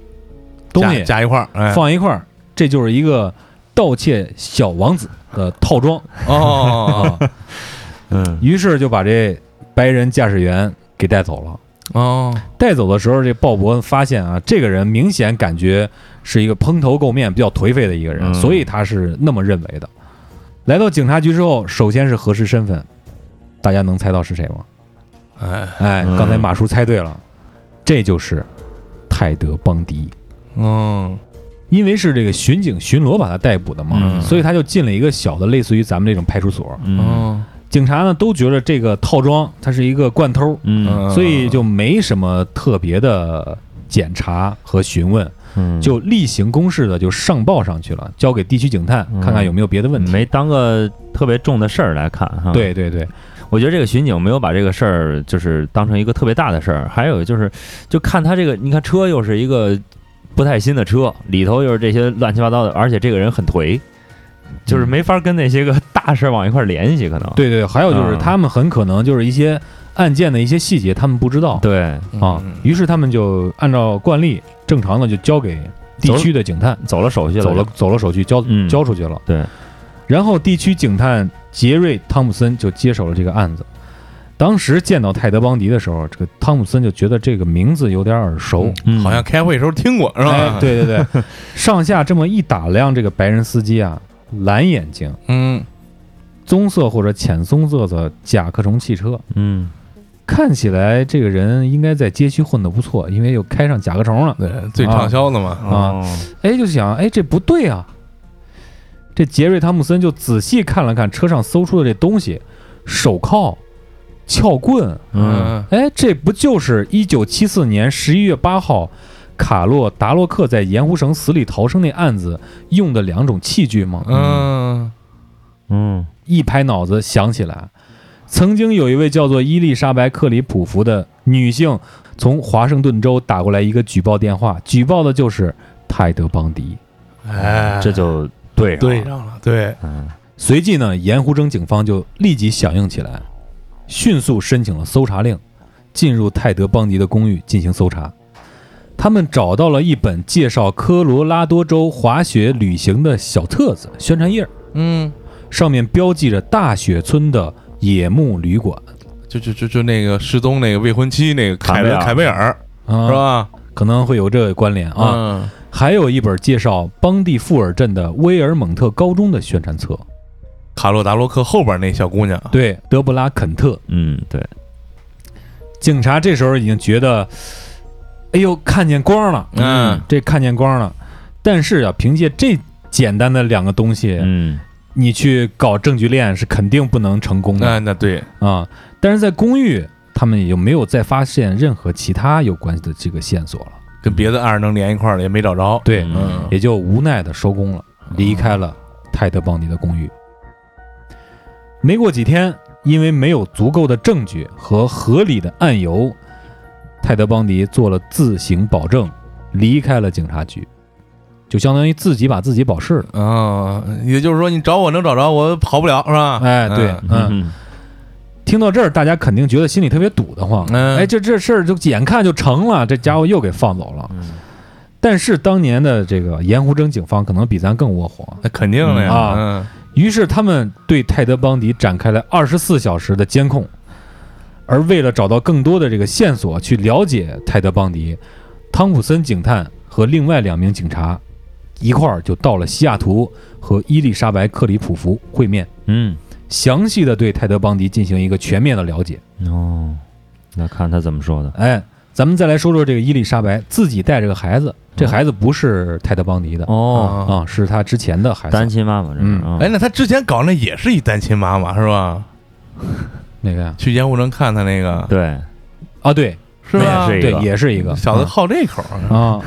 S5: 东
S3: 加
S5: 西
S3: 加一块儿，哎，
S5: 放一块儿，这就是一个盗窃小王子的套装
S3: 哦
S5: 啊。
S6: 嗯
S5: 于是就把这白人驾驶员给带走了。
S3: *laughs* 哦，
S5: 带走的时候，这鲍勃发现啊，这个人明显感觉是一个蓬头垢面、比较颓废的一个人，
S6: 嗯
S5: 所以他是那么认为的。来到警察局之后，首先是核实身份，大家能猜到是谁吗？
S3: 哎，
S5: 哎，
S6: 嗯
S5: 刚才马叔猜对了，这就是泰德·邦迪。
S3: 嗯，
S5: 因为是这个巡警巡逻把他逮捕的嘛，
S6: 嗯
S5: 所以他就进了一个小的类似于咱们这种派出所。
S6: 嗯
S3: 哦，
S5: 警察呢都觉得这个套装他是一个惯偷，
S6: 嗯
S3: 嗯
S5: 所以就没什么特别的检查和询问。
S6: 嗯，
S5: 就例行公事的就上报上去了，交给地区警探
S6: 嗯
S5: 看看有没有别的问题。
S6: 没当个特别重的事儿来看哈。，
S5: 对对对，
S6: 我觉得这个巡警没有把这个事儿就是当成一个特别大的事儿。还有就是，就看他这个，你看车又是一个不太新的车，里头又是这些乱七八糟的，而且这个人很颓，就是没法跟那些个大事儿往一块儿联系，可能。
S5: 对对，还有就是
S6: 嗯
S5: 他们很可能就是一些案件的一些细节他们不知道
S6: 对，
S3: 嗯
S6: 嗯
S5: 啊，于是他们就按照惯例正常的就交给地区的警探，
S6: 走了手续了，
S5: 走了走了手续交
S6: 嗯
S5: 交出去了。
S6: 对，
S5: 然后地区警探杰瑞·汤姆森就接手了这个案子。当时见到泰德·邦迪的时候，这个汤姆森就觉得这个名字有点耳熟，
S6: 嗯，
S3: 好像开会时候听过是吧？ *laughs*
S5: 哎，，对对对，上下这么一打量，这个白人司机啊，蓝眼睛、
S3: 嗯，
S5: 棕色或者浅棕色的甲壳虫汽车，
S6: 嗯
S5: 看起来这个人应该在街区混得不错，因为又开上甲壳虫了。
S3: 对，最畅销的嘛，
S6: 哦
S5: 哎，就想，哎，这不对啊！这杰瑞·汤姆森就仔细看了看车上搜出的这东西，手铐、撬棍，
S6: 嗯
S5: 哎，这不就是一九七四年十一月八号卡洛达洛克在盐湖城死里逃生那案子用的两种器具吗？
S3: 嗯
S6: 嗯
S5: 一拍脑子想起来，曾经有一位叫做伊丽莎白·克里普福的女性，从华盛顿州打过来一个举报电话，举报的就是泰德·邦迪。
S3: 哎，
S6: 这就对上
S3: 对
S6: 了。
S3: 上了，对，
S6: 嗯，
S5: 随即呢，盐湖城警方就立即响应起来，迅速申请了搜查令，进入泰德·邦迪的公寓进行搜查。他们找到了一本介绍科罗拉多州滑雪旅行的小册子宣传页，
S3: 嗯，
S5: 上面标记着大雪村的野木旅馆
S3: 就就就就那个失踪那个未婚妻那个凯
S6: 凯贝尔
S3: 凯贝尔
S5: 啊，
S3: 是吧？
S5: 可能会有这个关联啊。
S3: 嗯，
S5: 还有一本介绍邦蒂富尔镇的威尔蒙特高中的宣传册，
S3: 卡洛达罗克后边那小姑娘，
S5: 对，德布拉肯特
S6: 嗯，对，
S5: 警察这时候已经觉得，哎呦，看见光了，
S3: 嗯
S5: 这看见光了。但是啊，凭借这简单的两个东西，
S6: 嗯，
S5: 你去搞证据链是肯定不能成功
S3: 嗯那
S5: 的
S3: 那对，
S5: 啊。但是在公寓，他们也就没有再发现任何其他有关系的这个线索了。
S3: 跟别的二能连一块儿了也没找着。
S5: 对，
S3: 嗯
S5: 也就无奈的收工了，离开了泰德·邦迪的公寓。没过几天，因为没有足够的证据和合理的案由，泰德·邦迪做了自行保证，离开了警察局，就相当于自己把自己保释了。
S3: 啊，也就是说你找我能找着，我跑不了是吧？
S5: 哎，对，
S3: 嗯
S5: 嗯，
S6: 嗯
S5: 听到这儿，大家肯定觉得心里特别堵得慌。
S3: 嗯
S5: 哎，这这事儿就眼看就成了，这家伙又给放走了。
S6: 嗯
S5: 但是当年的这个盐湖城警方可能比咱更窝火，
S3: 那肯定
S5: 嗯
S3: 的呀。
S5: 啊
S3: 嗯，
S5: 于是他们对泰德·邦迪展开了二十四小时的监控，而为了找到更多的这个线索，去了解泰德·邦迪，汤普森警探和另外两名警察一块儿就到了西雅图和伊丽莎白·克里普福会面，
S6: 嗯，
S5: 详细的对泰德·邦迪进行一个全面的了解。
S6: 哦，那看他怎么说的。
S5: 哎，咱们再来说说这个伊丽莎白自己带着个孩子，这孩子不是泰德·邦迪的
S6: 哦，
S3: 啊，
S5: 啊，是他之前的孩
S6: 单
S5: 子，
S6: 亲妈妈这是
S5: 嗯
S6: 啊
S3: 哎，，那他之前搞那也是一单亲妈妈是吧？
S5: 那个呀
S3: 去盐湖城看他那个
S6: 对，
S5: 啊，对
S3: 是吧？
S6: 那也是一
S5: 对
S6: 个，
S5: 也是一个
S3: 小子
S5: 嗯
S3: 好这口儿， *laughs*
S5: 啊，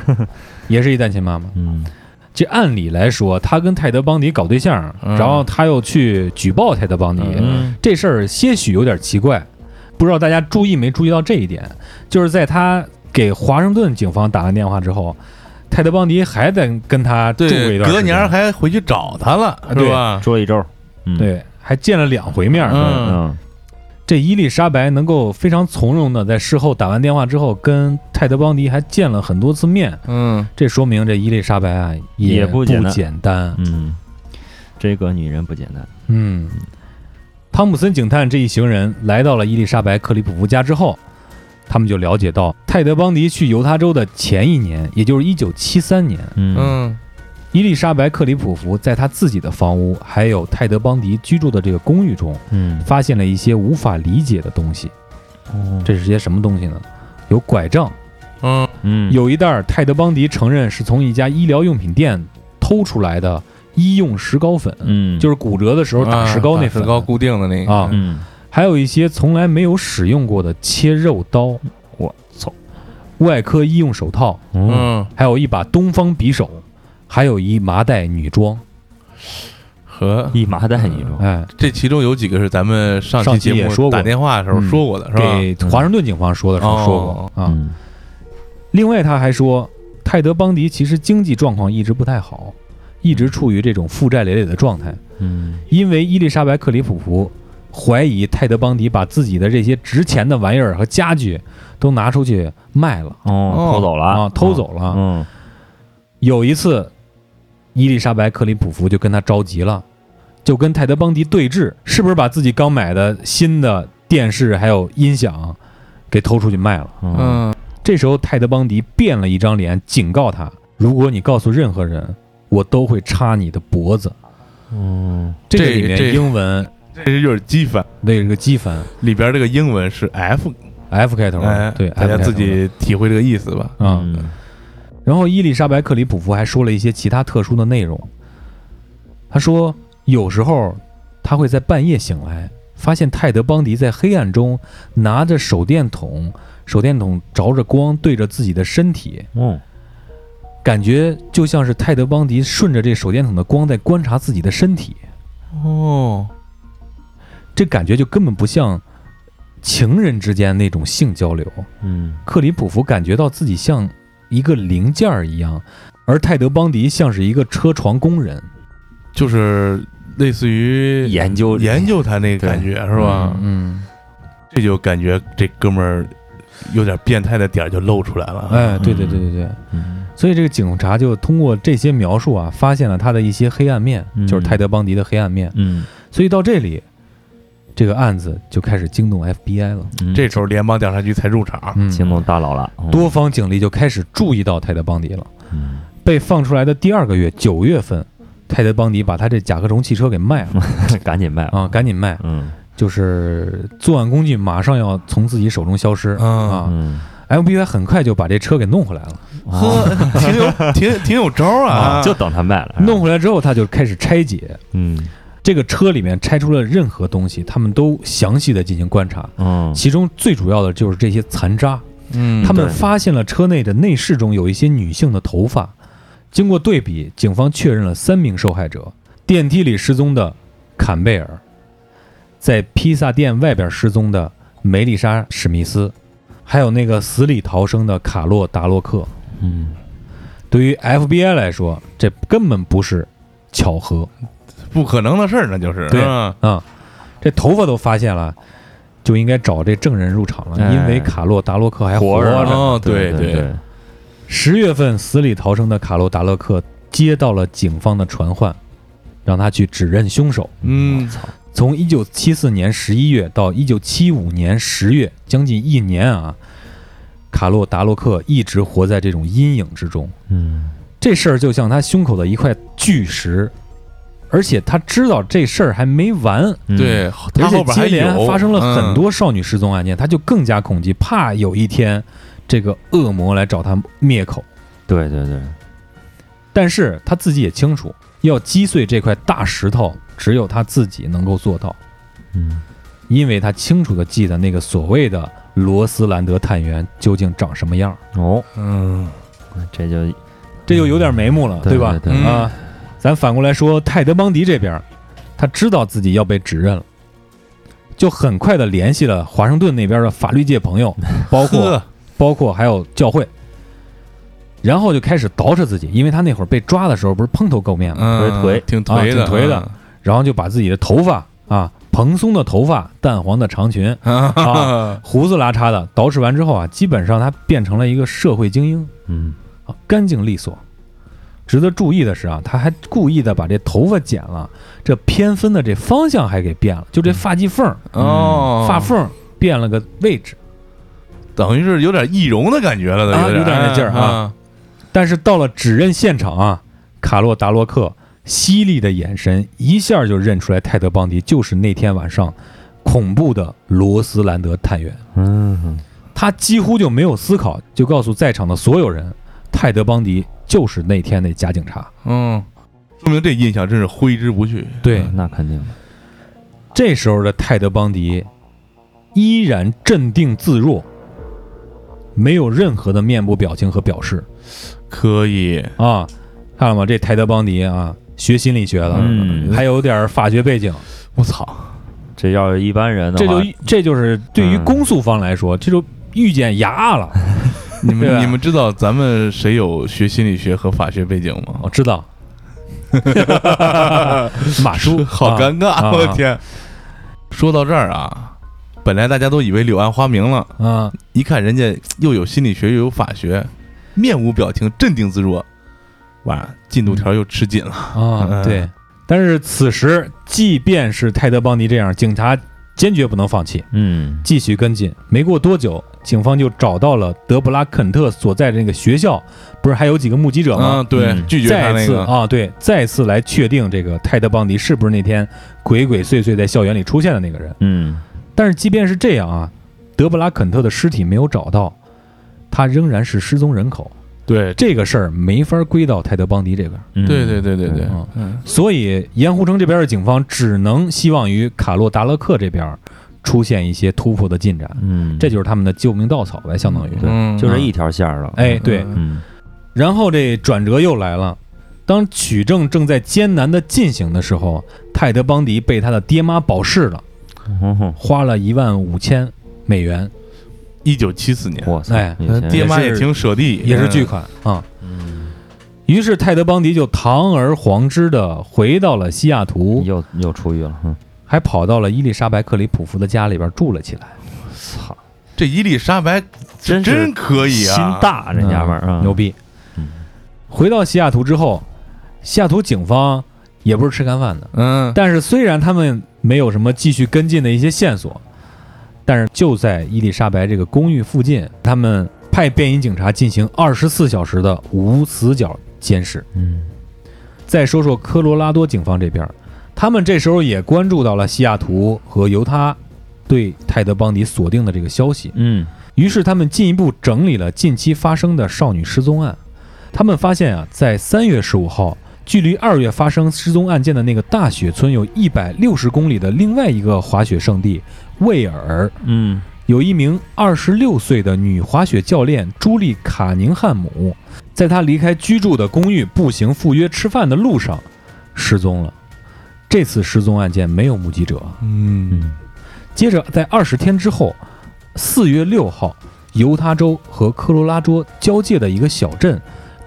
S5: 也是一单亲妈妈。
S6: 嗯
S5: 这按理来说，他跟泰德·邦迪搞对象，
S3: 嗯
S5: 然后他又去举报泰德·邦迪，
S3: 嗯
S5: 这事儿些许有点奇怪。不知道大家注意没注意到这一点，就是在他给华盛顿警方打完电话之后，泰德·邦迪还在跟他住过一
S3: 对，
S5: 段时间，
S3: 隔年儿还回去找他了，是
S5: 对
S3: 吧？
S6: 住了一周，嗯，
S5: 对，还见了两回面。
S3: 嗯
S6: 嗯
S5: 这伊丽莎白能够非常从容的在事后打完电话之后，跟泰德·邦迪还见了很多次面，
S3: 嗯，
S5: 这说明这伊丽莎白啊
S6: 也
S5: 不
S6: 不简单
S5: 简单
S6: 嗯，这个女人不简单。
S5: 嗯，汤姆森警探这一行人来到了伊丽莎白·克里普夫家之后，他们就了解到，泰德·邦迪去犹他州的前一年，也就是1973年，
S6: 嗯
S3: 嗯
S5: 伊丽莎白·克里普夫在他自己的房屋，还有泰德·邦迪居住的这个公寓中，
S6: 嗯，
S5: 发现了一些无法理解的东西。
S6: 哦
S5: 这是些什么东西呢？有拐杖，
S3: 嗯
S6: 嗯
S5: 有一袋儿泰德·邦迪承认是从一家医疗用品店偷出来的医用石膏粉，
S6: 嗯
S5: 就是骨折的时候打石膏那
S3: 啊打
S5: 粉。
S3: 石膏固定的那个
S5: 啊
S6: 嗯
S5: 还有一些从来没有使用过的切肉刀、
S6: 我操
S5: 外科医用手套，
S6: 嗯
S3: 嗯，
S5: 还有一把东方匕首，还有一麻袋女装。
S3: 和
S6: 一麻袋你
S3: 哦
S6: 说
S5: 哎，
S3: 这其中有几个是咱们上
S5: 上
S3: 期
S5: 期
S3: 节
S5: 也
S3: 目
S5: 说过
S3: 打电话的时候
S6: 嗯
S3: 说过的，是吧？
S5: 给华盛顿警方说的时候说过
S3: 哦、
S5: 啊。
S6: 嗯
S5: 另外，他还说，泰德·邦迪其实经济状况一直不太好，一直处于这种负债累累的状态，
S6: 嗯
S5: 因为伊丽莎白·克里普夫。怀疑泰德·邦迪把自己的这些值钱的玩意儿和家具都拿出去卖了
S6: 哦偷走了
S5: 啊，偷走了。
S6: 嗯
S5: 有一次，伊丽莎白·克里普夫就跟他着急了，就跟泰德·邦迪对峙，是不是把自己刚买的新的电视还有音响给偷出去卖了？
S6: 嗯
S3: 嗯
S5: 这时候，泰德·邦迪变了一张脸，警告他：如果你告诉任何人，我都会插你的脖子。
S6: 嗯
S5: 这个
S3: 这
S5: 里面
S3: 这
S5: 英文
S3: 这是就是机翻
S5: 那个机翻
S3: 里边这个英文是 F，
S5: F 开头的，
S3: 哎，
S5: 对，
S3: 大家
S5: F 开头的
S3: 自己体会这个意思吧。
S5: 啊、
S6: 嗯
S5: 然后伊丽莎白·克里普夫还说了一些其他特殊的内容。她说，有时候她会在半夜醒来，发现泰德·邦迪在黑暗中拿着手电筒，手电筒着着光对着自己的身体，
S6: 哦
S5: 感觉就像是泰德·邦迪顺着这手电筒的光在观察自己的身体，
S3: 哦，
S5: 这感觉就根本不像情人之间那种性交流。
S6: 嗯
S5: 克里普夫感觉到自己像一个零件儿一样，而泰德·邦迪像是一个车床工人，
S3: 就是类似于
S6: 研究
S3: 研究他那个感觉是吧？
S5: 嗯，
S3: 这就感觉这哥们儿有点变态的点儿就露出来了。
S5: 哎，对对对对对，
S6: 嗯
S5: 所以这个警察就通过这些描述啊，发现了他的一些黑暗面，
S6: 嗯
S5: 就是泰德·邦迪的黑暗面。
S6: 嗯，
S5: 所以到这里，这个案子就开始惊动 FBI 了。
S6: 嗯
S3: 这时候联邦调查局才入场，
S5: 嗯
S6: 惊动大佬了，嗯
S5: 多方警力就开始注意到泰德·邦迪了。
S6: 嗯 *laughs*
S5: 被放出来的第二个月，九月份，泰德·邦迪把他这甲壳虫汽车给卖了
S6: 赶紧卖，
S5: 啊，赶紧卖，
S6: 嗯
S5: 就是作案工具马上要从自己手中消失
S3: 嗯
S5: 啊。
S6: 嗯，
S5: FBI 很快就把这车给弄回来了，
S3: 呵，挺有挺挺有招儿
S6: 啊
S3: 啊，
S6: 就等他卖了，
S5: 弄回来之后，他就开始拆解。
S6: 嗯
S5: 这个车里面拆出了任何东西，他们都详细的进行观察，
S6: 嗯
S5: 其中最主要的就是这些残渣。
S3: 嗯
S5: 他们
S6: 对
S5: 发现了车内的内饰中有一些女性的头发。经过对比，警方确认了三名受害者：电梯里失踪的坎贝尔，在披萨店外边失踪的梅丽莎·史密斯，还有那个死里逃生的卡洛·达洛克。
S6: 嗯
S5: 对于 FBI 来说，这根本不是巧合
S3: 不可能的事儿，那就是
S5: 对
S3: 嗯
S5: 啊！这头发都发现了，就应该找这证人入场了，
S6: 哎
S5: 因为卡洛·达洛克还活
S6: 活着呢
S3: 哦
S6: 对
S3: 对
S6: 对，
S5: 十月份死里逃生的卡洛·达勒克接到了警方的传唤，让他去指认凶手。
S3: 嗯
S6: 我操，
S5: 从1974年11月到1975年10月，将近一年啊，卡洛·达洛克一直活在这种阴影之中。
S6: 嗯
S5: 这事儿就像他胸口的一块巨石，而且他知道这事儿还没完，
S6: 嗯
S3: 对，
S5: 而
S3: 他
S5: 且
S3: 后边
S5: 接
S3: 还
S5: 连
S3: 有
S5: 发生了很
S3: 嗯
S5: 多少女失踪案件，他就更加恐惧，怕有一天这个恶魔来找他灭口。
S6: 对对对，
S5: 但是他自己也清楚，要击碎这块大石头，只有他自己能够做到，
S6: 嗯
S5: 因为他清楚的记得那个所谓的罗斯兰德探员究竟长什么样儿，
S6: 哦，
S3: 嗯，
S6: 这就
S5: 这就有点眉目了，
S6: 对
S5: 吧？
S6: 对
S3: 嗯
S5: 啊，咱反过来说，泰德·邦迪这边儿，他知道自己要被指认了。就很快的联系了华盛顿那边的法律界朋友，包括
S3: *laughs* 呵
S5: 包括还有教会，然后就开始捯饬自己，因为他那会儿被抓的时候不是蓬头垢面吗？
S3: 嗯
S6: 腿
S3: 挺
S5: 啊
S3: 颓
S5: 挺
S3: 的，
S5: 颓的然后就把自己的头发啊，蓬松的头发、淡黄的长裙、
S3: 嗯
S5: 啊胡子拉碴的捯饬完之后啊，基本上他变成了一个社会精英
S6: 嗯
S5: 啊，干净利索。值得注意的是啊，他还故意的把这头发剪了，这偏分的这方向还给变了，就这发际缝儿、
S3: *laughs* 哦，
S5: 嗯发缝变了个位置。
S3: 嗯等于是有点易容的感觉了，
S5: 啊
S3: 都
S5: 有点
S3: 点嗯
S5: 那劲儿啊但是到了指认现场啊，卡洛达洛克犀利的眼神一下就认出来泰德邦迪就是那天晚上恐怖的罗斯兰德探员。
S6: 嗯
S5: 他几乎就没有思考，就告诉在场的所有人，泰德·邦迪就是那天那假警察。
S3: 嗯，说明这印象真是挥之不去。
S5: 对
S6: 嗯那肯定的，
S5: 这时候的泰德·邦迪依然镇定自若，没有任何的面部表情和表示
S3: 可以，
S5: 啊，看了吗？这泰德·邦迪啊，学心理学的，
S6: 嗯
S5: 还有点法学背景，
S3: 我操，
S6: 这要是一般人的
S5: 这
S6: 话
S5: 就，这就是对于
S6: 嗯
S5: 公诉方来说，这就遇见牙 *laughs* 了。
S3: 你
S5: 对啊吧
S3: 们你们知道咱们谁有学心理学和法学背景
S5: 哦
S3: 吗 *laughs*
S5: 我？知道，马 *laughs* 叔
S3: 好
S5: 干
S3: 尴尬，
S5: 啊
S3: 我的天！说到这儿啊，本来大家都以为柳暗花明了，
S5: 啊，
S3: 一看人家又有心理学又有法学，面无表情，镇定自若，哇，进度条又吃紧了。
S5: 啊，
S3: 嗯
S5: 对。但是此时，即便是泰德·邦迪这样，警察坚决不能放弃，
S6: 嗯
S5: 继续跟进。没过多久，警方就找到了德布拉肯特所在的那个学校，不是还有几个目击者吗？啊
S3: 嗯，对，
S6: 嗯
S3: 拒绝他
S5: 再
S3: 那
S5: 次
S3: 个，
S5: 啊，对，再次来确定这个泰德·邦迪是不是那天鬼鬼祟祟在校园里出现的那个人。
S6: 嗯
S5: 但是即便是这样啊，德布拉肯特的尸体没有找到，他仍然是失踪人口。
S3: 对，
S5: 这个事儿没法归到泰德·邦迪这边。
S6: 嗯
S3: 对对对对对
S5: 嗯，
S3: 嗯，
S5: 所以盐湖城这边的警方只能希望于卡洛达勒克这边出现一些突破的进展，
S6: 嗯，
S5: 这就是他们的救命稻草呗，相当于。
S3: 嗯
S6: 对，就这一条线儿了，
S5: 哎，对，
S3: 嗯
S6: 嗯
S5: 然后这转折又来了。当取证正在艰难的进行的时候，泰德·邦迪被他的爹妈保释了，
S6: 哼哼
S5: 花了一万五千美元，
S3: 一九七四年，
S6: 我操
S5: 哎，
S6: 以前
S3: 爹妈
S5: 也
S3: 也
S5: 是
S3: 挺舍弟，
S5: 也是
S3: 嗯
S5: 巨款啊。
S6: 嗯
S5: 于是泰德·邦迪就堂而皇之的回到了西雅图，
S6: 又又出狱了，嗯，
S5: 还跑到了伊丽莎白·克里普夫的家里边住了起来。
S6: 操，
S3: 嗯这伊丽莎白
S6: 真是
S3: 真可以啊，
S6: 心大这娘们儿啊，
S5: 牛逼
S6: 嗯！
S5: 回到西雅图之后，西雅图警方也不是吃干饭的，
S3: 嗯，
S5: 但是虽然他们没有什么继续跟进的一些线索，但是就在伊丽莎白这个公寓附近，他们派便衣警察进行二十四小时的无死角监视。
S6: 嗯，
S5: 再说说科罗拉多警方这边儿，他们这时候也关注到了西雅图和犹他对泰德·邦迪锁定的这个消息，
S6: 嗯
S5: 于是他们进一步整理了近期发生的少女失踪案。他们发现啊，在三月十五号，距离二月发生失踪案件的那个大雪村有一百六十公里的另外一个滑雪胜地魏尔，
S6: 嗯
S5: 有一名二十六岁的女滑雪教练朱莉·卡宁汉姆，在她离开居住的公寓步行赴约吃饭的路上失踪了。这次失踪案件没有目击者。
S3: 嗯
S6: 嗯
S5: 接着，在二十天之后，四月六号，犹他州和科罗拉州交界的一个小镇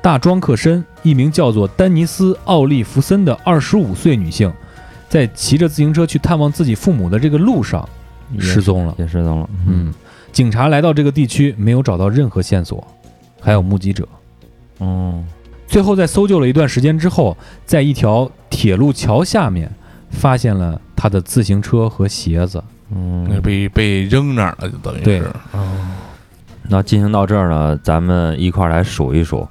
S5: 大庄克申，一名叫做丹尼斯·奥利弗森的二十五岁女性，在骑着自行车去探望自己父母的这个路上
S6: 也
S5: 失踪了。
S6: 也失踪了，
S5: 嗯，警察来到这个地区，没有找到任何线索，还有目击者。
S6: 哦，
S5: 最后在搜救了一段时间之后，在一条铁路桥下面发现了他的自行车和鞋子。
S3: 那
S6: 嗯，
S3: 被被扔那儿了，就等于
S5: 对
S3: 是，
S6: 那进行到这儿呢，咱们一块儿来数一数，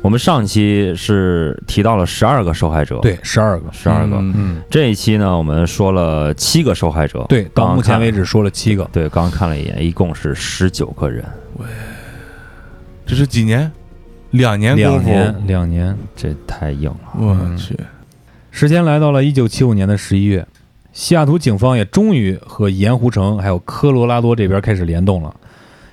S6: 我们上期是提到了十二个受害者，，
S5: 对，十二个。
S6: 十二个，
S3: 嗯
S5: 嗯，
S6: 这一期呢，我们说了七个受害者，
S5: 对，到目前为
S6: 止，
S5: 止说了七个，
S6: 对，刚刚看了一眼，一共是十九个人，
S3: 这是几年？两年
S5: 两
S3: 功夫，
S5: 年，两年。
S6: 这太硬了，
S3: 我去，
S5: 时间来到了一九七五年的十一月，西雅图警方也终于和盐湖城还有科罗拉多这边开始联动了。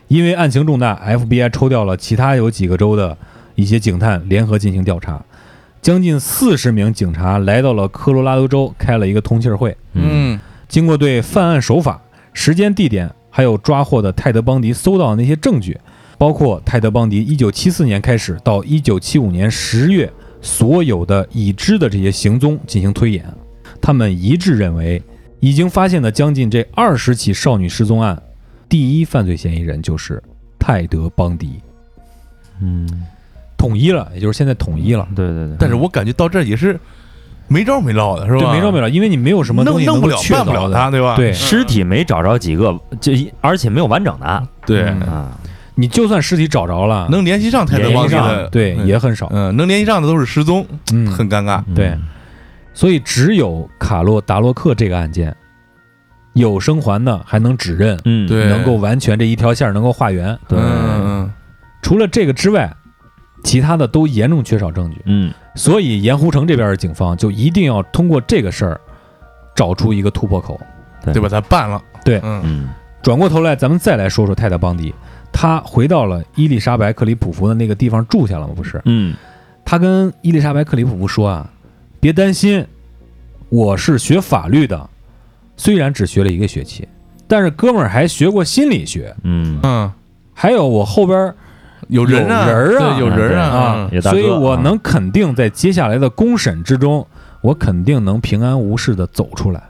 S5: 因为案情重大，FBI 抽调了其他有几个州的一些警探联合进行调查，将近四十名警察来到了科罗拉多州，开了一个通气儿会。
S3: 嗯
S5: 经过对犯案手法、时间、地点，还有抓获的泰德·邦迪搜到的那些证据，包括泰德·邦迪1974年开始到1975年10月所有的已知的这些行踪进行推演，他们一致认为，已经发现的将近这二十起少女失踪案，第一犯罪嫌疑人就是泰德·邦迪，
S6: 嗯，
S5: 统一了，也就是现在统一了。
S6: 对对对，
S3: 但是我感觉到这儿也是没招没落的，是
S5: 对，
S3: 吧？
S5: 没着没
S3: 了，
S5: 了，因为你没有什么东
S3: 弄
S5: 西
S3: 弄
S5: 能
S3: 不
S5: 够
S3: 了，
S5: 确
S3: 办不
S5: 凿
S3: 了
S5: 的
S3: 他，对吧？
S5: 对
S3: 嗯
S6: 尸体没找着几个，就一而且没有完整的啊
S3: 对，
S5: 嗯
S6: 啊，
S5: 你就算尸体找着了，
S3: 能联系上泰德
S5: 联
S3: 邦
S5: 系
S3: 迪
S5: 上
S3: 的，
S5: 对
S3: 嗯
S5: 也很少，
S3: 嗯，能联系上的都是失踪，
S5: 嗯，
S3: 很尴尬。
S6: 嗯
S5: 对，所以只有卡洛达洛克这个案件，有生还的还能指认，
S6: 嗯，
S3: 对
S5: 能够完全这一条线儿能够化缘。
S6: 对，
S3: 嗯
S5: 除了这个之外，其他的都严重缺少证据，
S6: 嗯
S5: 所以盐湖城这边的警方就一定要通过这个事儿找出一个突破口。
S3: 对吧？他办了，
S5: 对
S3: 嗯
S6: 嗯
S5: 转过头来，咱们再来说说泰德·邦迪，他回到了伊丽莎白·克里普夫的那个地方住下了吗？不是，
S6: 嗯
S5: 他跟伊丽莎白·克里普夫说啊：“别担心，我是学法律的，虽然只学了一个学期，但是哥们儿还学过心理学，
S6: 嗯，
S3: 嗯，
S5: 还有我后边儿，
S3: 有人
S5: 有
S3: 啊，
S5: 人啊
S3: 对有人
S5: 啊
S3: 啊，
S6: 也大
S5: 所以
S6: 哥
S5: 我
S6: 啊
S5: 能肯定在接下来的公审之中，我肯定能平安无事的走出来。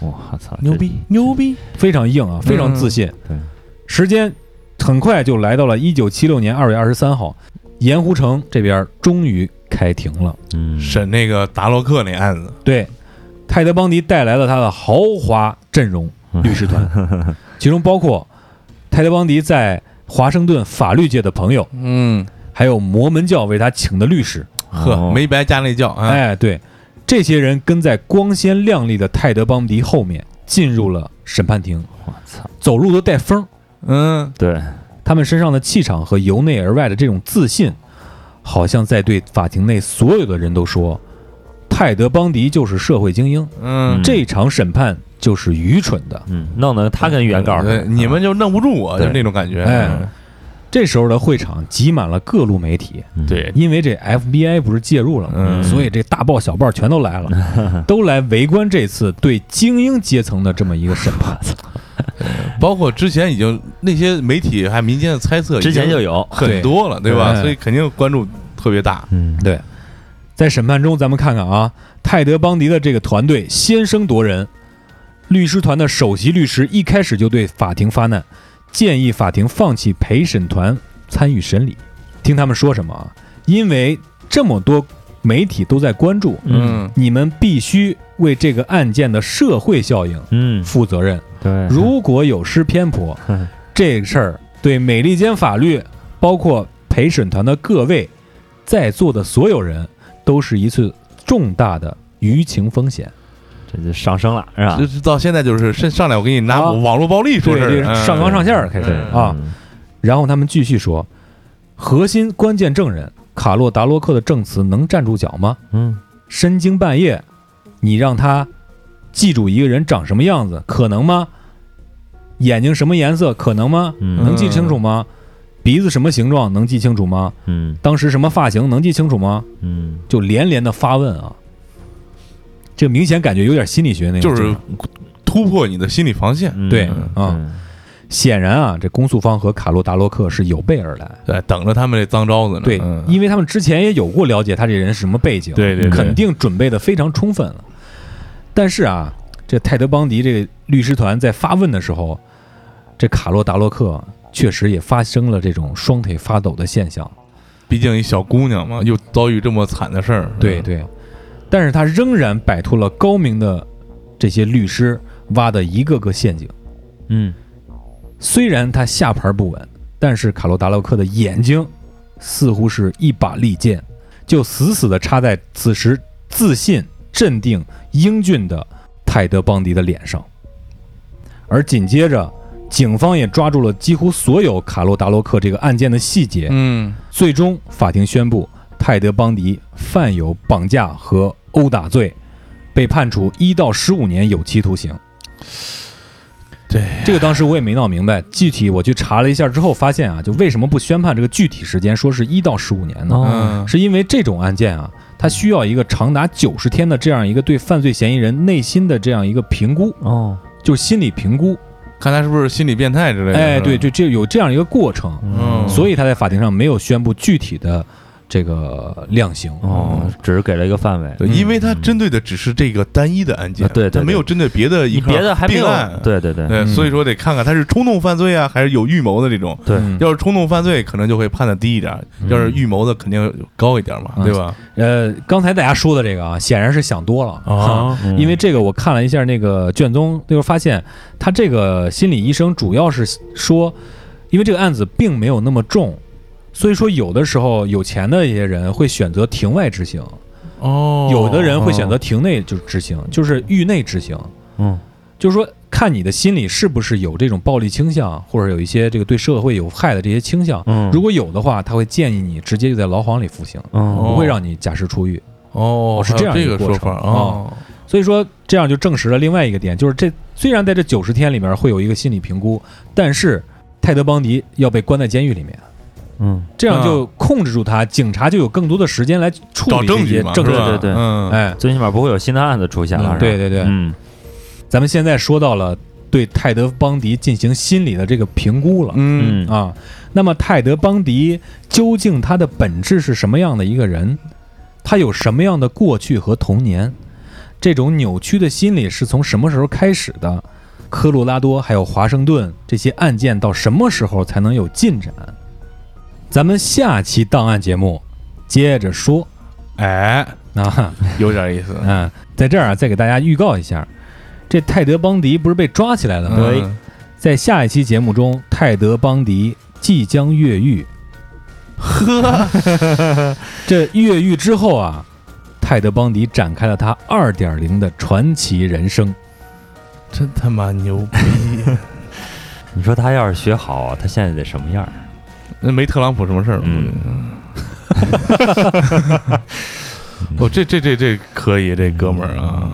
S6: 我操，
S3: 牛逼牛逼，
S5: 非常硬啊，非常自信。
S6: 嗯对
S5: 时间很快就来到了一九七六年二月二十三号，盐湖城这边终于开庭了。”
S6: 这，嗯，
S3: 审那个达洛克那案子，
S5: 对，泰德·邦迪带来了他的豪华阵容
S3: 嗯
S5: 律师团，
S3: *laughs*
S5: 其中包括泰德·邦迪在华盛顿法律界的朋友，
S3: 嗯，
S5: 还有摩门教为他请的律师。
S3: 呵，
S6: 哦
S3: 没白加那教啊，
S5: 哎，对，这些人跟在光鲜亮丽的泰德·邦迪后面进入了审判庭，
S6: 我操，
S5: 走路都带风儿。
S3: 嗯，
S6: 对，
S5: 他们身上的气场和由内而外的这种自信，好像在对法庭内所有的人都说，泰德·邦迪就是社会精英，
S3: 嗯，
S5: 这场审判就是愚蠢的。
S6: 嗯，弄得他跟原告似
S3: 对
S6: 的，
S3: 你们就弄不住我，
S6: 对
S3: 就那种感觉。嗯
S5: 哎这时候的会场挤满了各路媒体，
S6: 嗯，
S3: 对，
S5: 因为这 FBI 不是介入了吗？
S3: 嗯
S5: 所以这大报小报全都来了，都来围观这次对精英阶层的这么一个审判。
S3: 包括之前已经那些媒体还民间的猜测，
S6: 之前就有，
S3: 很多了，对吧？
S5: 对
S3: 所以肯定关注特别大。
S6: 嗯，
S5: 对在审判中，咱们看看啊，泰德·邦迪的这个团队先声夺人。律师团的首席律师一开始就对法庭发难，建议法庭放弃陪审团参与审理。听他们说什么啊？因为这么多媒体都在关注，
S6: 嗯
S5: 你们必须为这个案件的社会效应
S6: 嗯，
S5: 负责任。
S6: 对，
S5: 如果有失偏颇，
S6: 嗯
S5: 这事儿对美利坚法律，包括陪审团的各位，在座的所有人，都是一次重大的舆情风险。
S6: 这就上升了是吧
S3: 这？这到现在就是上上来我给你拿
S5: 啊
S3: 网络暴力说事
S5: 对
S3: 儿
S5: 这
S3: 嗯
S5: 上纲上线儿开始
S3: 嗯
S5: 啊。然后他们继续说，核心关键证人卡洛达罗克的证词能站住脚吗？
S6: 嗯，
S5: 深更半夜，你让他记住一个人长什么样子，可能吗？眼睛什么颜色，可能吗？
S6: 嗯
S5: 能记清楚吗？鼻子什么形状，能记清楚吗？
S6: 嗯
S5: 当时什么发型，能记清楚吗？
S6: 嗯
S5: 就连连的发问啊，这明显感觉有点心理学那种
S3: 就
S5: 劲儿，啊
S3: 是突破你的心理防线，
S6: 嗯，
S5: 对
S6: 嗯
S5: 啊，显然啊，这公诉方和卡洛达罗克是有备而来，
S3: 对，等着他们这脏招子呢。
S5: 对，
S3: 嗯
S5: 因为他们之前也有过了解他这人是什么背景，
S3: 对对对
S5: 肯定准备的非常充分了。但是啊，这泰德邦迪这个律师团在发问的时候，这卡洛达洛克确实也发生了这种双腿发抖的现象。
S3: 嗯毕竟一小姑娘嘛，又遭遇这么惨的事儿。
S5: 对
S3: 嗯，
S5: 对，但是他仍然摆脱了高明的这些律师挖的一个个陷阱。
S6: 嗯
S5: 虽然他下盘不稳，但是卡洛达洛克的眼睛似乎是一把利剑，就死死地插在此时自信、镇定、英俊的泰德·邦迪的脸上。而紧接着，警方也抓住了几乎所有卡洛达洛克这个案件的细节。
S3: 嗯，
S5: 最终，法庭宣布泰德·邦迪犯有绑架和殴打罪，被判处一到十五年有期徒刑。
S3: 对，
S5: 这个当时我也没闹明白，具体我去查了一下之后，发现啊，就为什么不宣判这个具体时间，说是一到十五年呢？
S6: 哦
S3: 嗯，
S5: 是因为这种案件啊，它需要一个长达九十天的这样一个对犯罪嫌疑人内心的这样一个评估，
S6: 哦
S5: 就是心理评估。
S3: 看他是不是心理变态之类的。
S6: 嗯
S5: 哎，
S3: 是吧
S5: 对，就这有这样一个过程，
S6: 哦
S3: 嗯
S5: 所以他在法庭上没有宣布具体的这个量刑。嗯
S6: 哦，只是给了一个范围，
S3: 嗯对，因为他针对的只是这个单一的案件，
S6: 啊对对对
S3: 他没有针对别的一
S6: 你
S3: 块
S6: 别的还没
S3: 病
S6: 有
S3: 案，，
S6: 对对对
S3: 对，
S5: 嗯
S3: 所以说得看看他是冲动犯罪啊，还是有预谋的这种。
S6: 对
S5: 嗯
S3: 要是冲动犯罪，可能就会判的低一点；要是预谋的，肯定高一点嘛，
S5: 嗯
S3: 对吧？
S5: 呃，刚才大家说的这个啊，显然是想多了哈
S6: 嗯
S5: 因为这个我看了一下那个卷宗，就是发现他这个心理医生主要是说，因为这个案子并没有那么重，所以说有的时候有钱的一些人会选择庭外执行，
S3: 哦
S5: 有的人会选择庭内就执行，就是狱内执行，
S6: 嗯
S5: 就是说看你的心理是不是有这种暴力倾向，或者有一些这个对社会有害的这些倾向。
S6: 嗯，
S5: 如果有的话，他会建议你直接就在牢房里服刑，
S6: 哦
S5: 不会让你假释出狱。
S3: 哦，
S5: 是
S3: 还有
S5: 这样一
S3: 这
S5: 个
S3: 个
S5: 过
S3: 说
S5: 程
S3: 法哦，
S5: 所以说，这样就证实了另外一个点，就是这虽然在这九十天里面会有一个心理评估，但是泰德·邦迪要被关在监狱里面，
S6: 嗯
S5: 这样就控制住他，警察就有更多的时间来处
S3: 啊找
S5: 理
S3: 证
S5: 这
S3: 据
S5: 些
S3: 嘛，
S5: 证
S3: 是
S5: 据。
S3: 吧
S6: 对对对
S3: 嗯，
S5: 哎，
S6: 最起码不会有新的案子出现了，是吧
S5: 对对对，
S6: 嗯
S5: 咱们现在说到了对泰德·邦迪进行心理的这个评估了、
S3: 嗯
S6: 嗯
S5: 啊。那么泰德·邦迪究竟他的本质是什么样的一个人？他有什么样的过去和童年？这种扭曲的心理是从什么时候开始的？科罗拉多还有华盛顿这些案件到什么时候才能有进展？咱们下期档案节目接着说
S3: 哎，
S5: 啊，
S3: 有点意思。
S5: 嗯，在这儿啊，再给大家预告一下，这泰德·邦迪不是被抓起来了吗？
S3: 嗯，
S5: 在下一期节目中，泰德·邦迪即将越狱。呵， *laughs* 这越狱之后啊，泰德·邦迪展开了他2.0的传奇人生。
S3: 真他妈牛逼！
S6: 你说他要是学好，他现在得什么样儿？
S3: 那没特朗普什么事儿了。
S6: 嗯
S3: 我觉得 *laughs* 哦，这这这这可以，这哥们儿啊，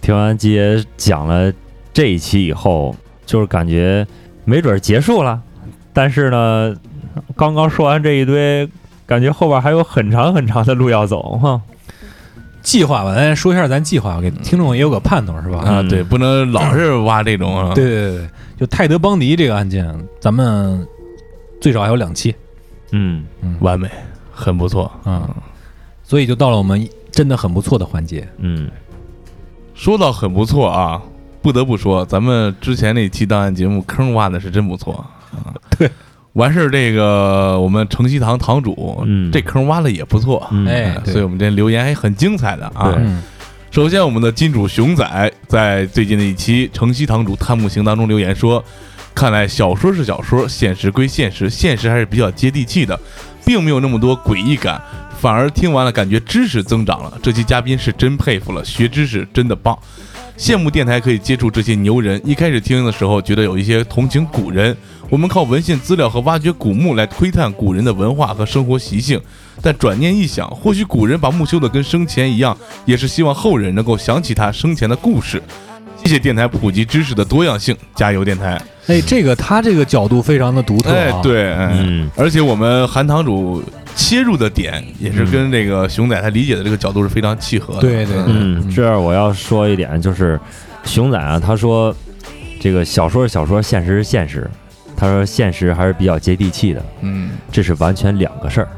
S6: 听完杰讲了这一期以后，就是感觉没准儿结束了，但是呢，刚刚说完这一堆，感觉后边还有很长很长的路要走哈。
S5: 计划吧，咱说一下咱计划，给听众也有个盼头，是吧？
S3: 啊，对，不能老是挖这种啊。
S5: 对对对对，就泰德·邦迪这个案件，咱们最少还有两期。
S6: 嗯，
S5: 嗯，
S3: 完美，很不错。
S5: 嗯，所以就到了我们真的很不错的环节。
S6: 嗯
S3: 说到很不错啊，不得不说，咱们之前那期档案节目坑挖的是真不错啊。
S5: 对，
S3: 完事儿这个我们城西堂堂主，
S6: 嗯
S3: 这坑挖的也不错。
S6: 嗯，
S5: 哎对
S3: 所以我们这留言还很精彩的啊。
S6: 对
S5: 嗯，
S3: 首先，我们的金主熊仔在最近的一期《城西堂主探墓行》当中留言说：“看来小说是小说，现实归现实，现实还是比较接地气的，并没有那么多诡异感，反而听完了感觉知识增长了。这期嘉宾是真佩服了，学知识真的棒。”羡慕电台可以接触这些牛人。一开始听的时候，觉得有一些同情古人。我们靠文献资料和挖掘古墓来窥探古人的文化和生活习性，但转念一想，或许古人把墓修的跟生前一样，也是希望后人能够想起他生前的故事。谢谢电台普及知识的多样性，加油电台！
S5: 哎，这个他这个角度非常的独特
S3: 哎
S5: 啊，，
S3: 对，哎
S6: 嗯
S3: 而且我们韩堂主切入的点也是跟这个熊仔他理解的这个角度是非常契合的。
S5: 对对对
S6: 嗯，这儿我要说一点，就是熊仔啊，他说这个小说是小说，现实是现实。他说现实还是比较接地气的，
S3: 嗯，
S6: 这是完全两个事儿。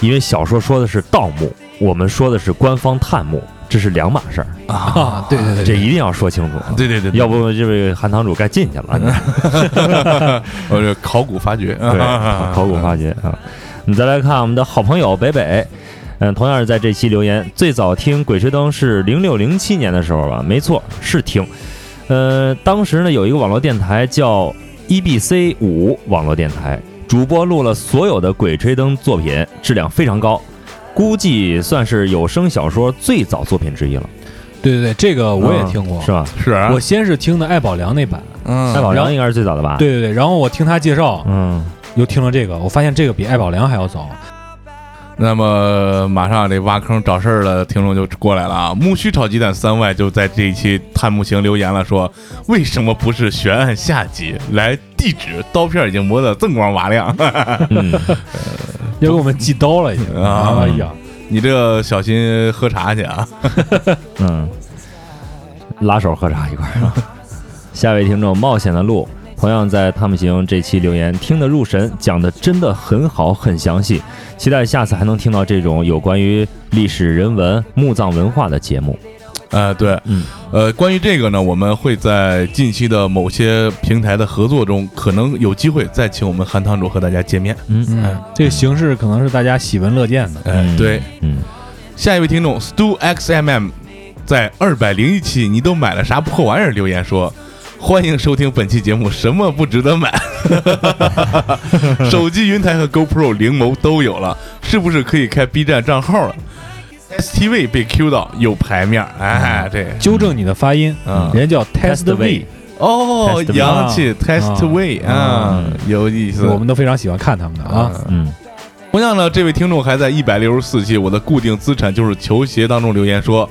S6: 因为小说说的是盗墓，我们说的是官方探墓，这是两码事儿，
S5: 啊，对对对，
S6: 这
S5: 对
S6: 一定要说清楚。啊
S3: 对对对，
S6: 嗯要不这位韩堂主该进去了。
S3: *laughs* 我这考古发掘， *laughs*
S6: 对，考考古发掘啊。你再来看我们的好朋友北北，嗯，同样是在这期留言，最早听《鬼吹灯》是零六零七年的时候吧？没错，是听。呃，当时呢有一个网络电台叫 EBC 五网络电台，主播录了所有的《鬼吹灯》作品，质量非常高，估计算是有声小说最早作品之一了，
S5: 对对，这个我也
S6: 嗯
S5: 听过。
S6: 是吧？
S3: *laughs* 是啊，
S5: 我先是听的艾宝良那版，
S3: 嗯
S6: 艾宝
S5: 然
S6: 良
S5: 后
S6: 应该是最早的吧？，
S5: 对对对，然后我听他介绍，
S6: 嗯，
S5: 又听了这个，我发现这个比艾宝良还要早。
S3: 那么马上这挖坑找事儿的听众就过来了啊！木须炒鸡蛋三外就在这一期探墓行留言了说，为什么不是悬案下集？来地址刀片已经磨得锃光瓦亮， *laughs*
S6: 嗯，
S5: 要给我们寄刀了已经。
S3: 啊
S5: 哎呀，
S3: 你这小心喝茶去啊！
S6: 嗯，拉手喝茶一块儿。 *laughs* 下一位听众，冒险的路，同样在他们行这期留言，听得入神，讲的真的很好，很详细，期待下次还能听到这种有关于历史人文、墓葬文化的节目。
S3: 呃，对，
S6: 嗯，
S3: 呃，关于这个呢，我们会在近期的某些平台的合作中，可能有机会再请我们韩堂主和大家见面。
S5: 嗯，这个形式可能是大家喜闻乐见的。
S3: 哎、对，，
S6: 嗯，
S3: 下一位听众 Stu XMM 在二百零一期你都买了啥破玩意儿留言说。欢迎收听本期节目，什么不值得买？手机云台和 GoPro 灵眸都有了，是不是可以开 B 站账号了？STV 被 Q 到有牌面儿，哎，这
S5: 纠正你的发音，
S3: 嗯
S5: 人家叫 Test
S6: Test
S5: V，
S6: V
S3: 哦
S6: Test，Way
S3: 洋气
S5: 啊
S3: Test Way 啊
S6: 嗯，
S3: 有意思。
S5: 我们都非常喜欢看他们的啊。
S3: 嗯
S6: 嗯
S3: 同样呢，这位听众还在一百六十四期《我的固定资产就是球鞋》当中留言说，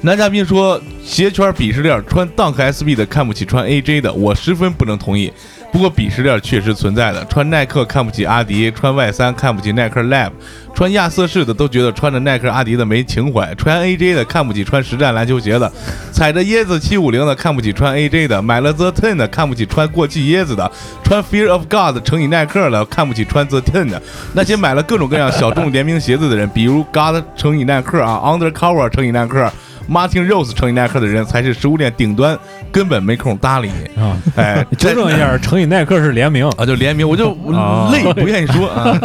S3: 男嘉宾说鞋圈鄙视链穿 Dunk SB 的看不起穿 AJ 的，我十分不能同意。不过鄙视链确实存在的，穿耐克看不起阿迪，穿 Y 三看不起耐克 Lab，穿亚瑟士的都觉得穿着耐克阿迪的没情怀，穿 AJ 的看不起穿实战篮球鞋的，踩着椰子七五零的看不起穿 AJ 的，买了 The Ten 的看不起穿过气椰子的，穿 Fear of God 乘以耐克的看不起穿 The Ten 的，那些买了各种各样小众联名鞋子的人，比如 God 乘以耐克啊，Undercover 乘以耐克，Martin Rose 乘以耐克的人，才是食物链顶端，根本没空搭理你。
S5: 啊，
S3: 哎，
S5: *laughs* 纠正一下，乘以耐克是联名。
S3: 啊，就联名，
S5: *laughs*
S3: 我就
S6: 啊
S3: 我累，不愿意说啊。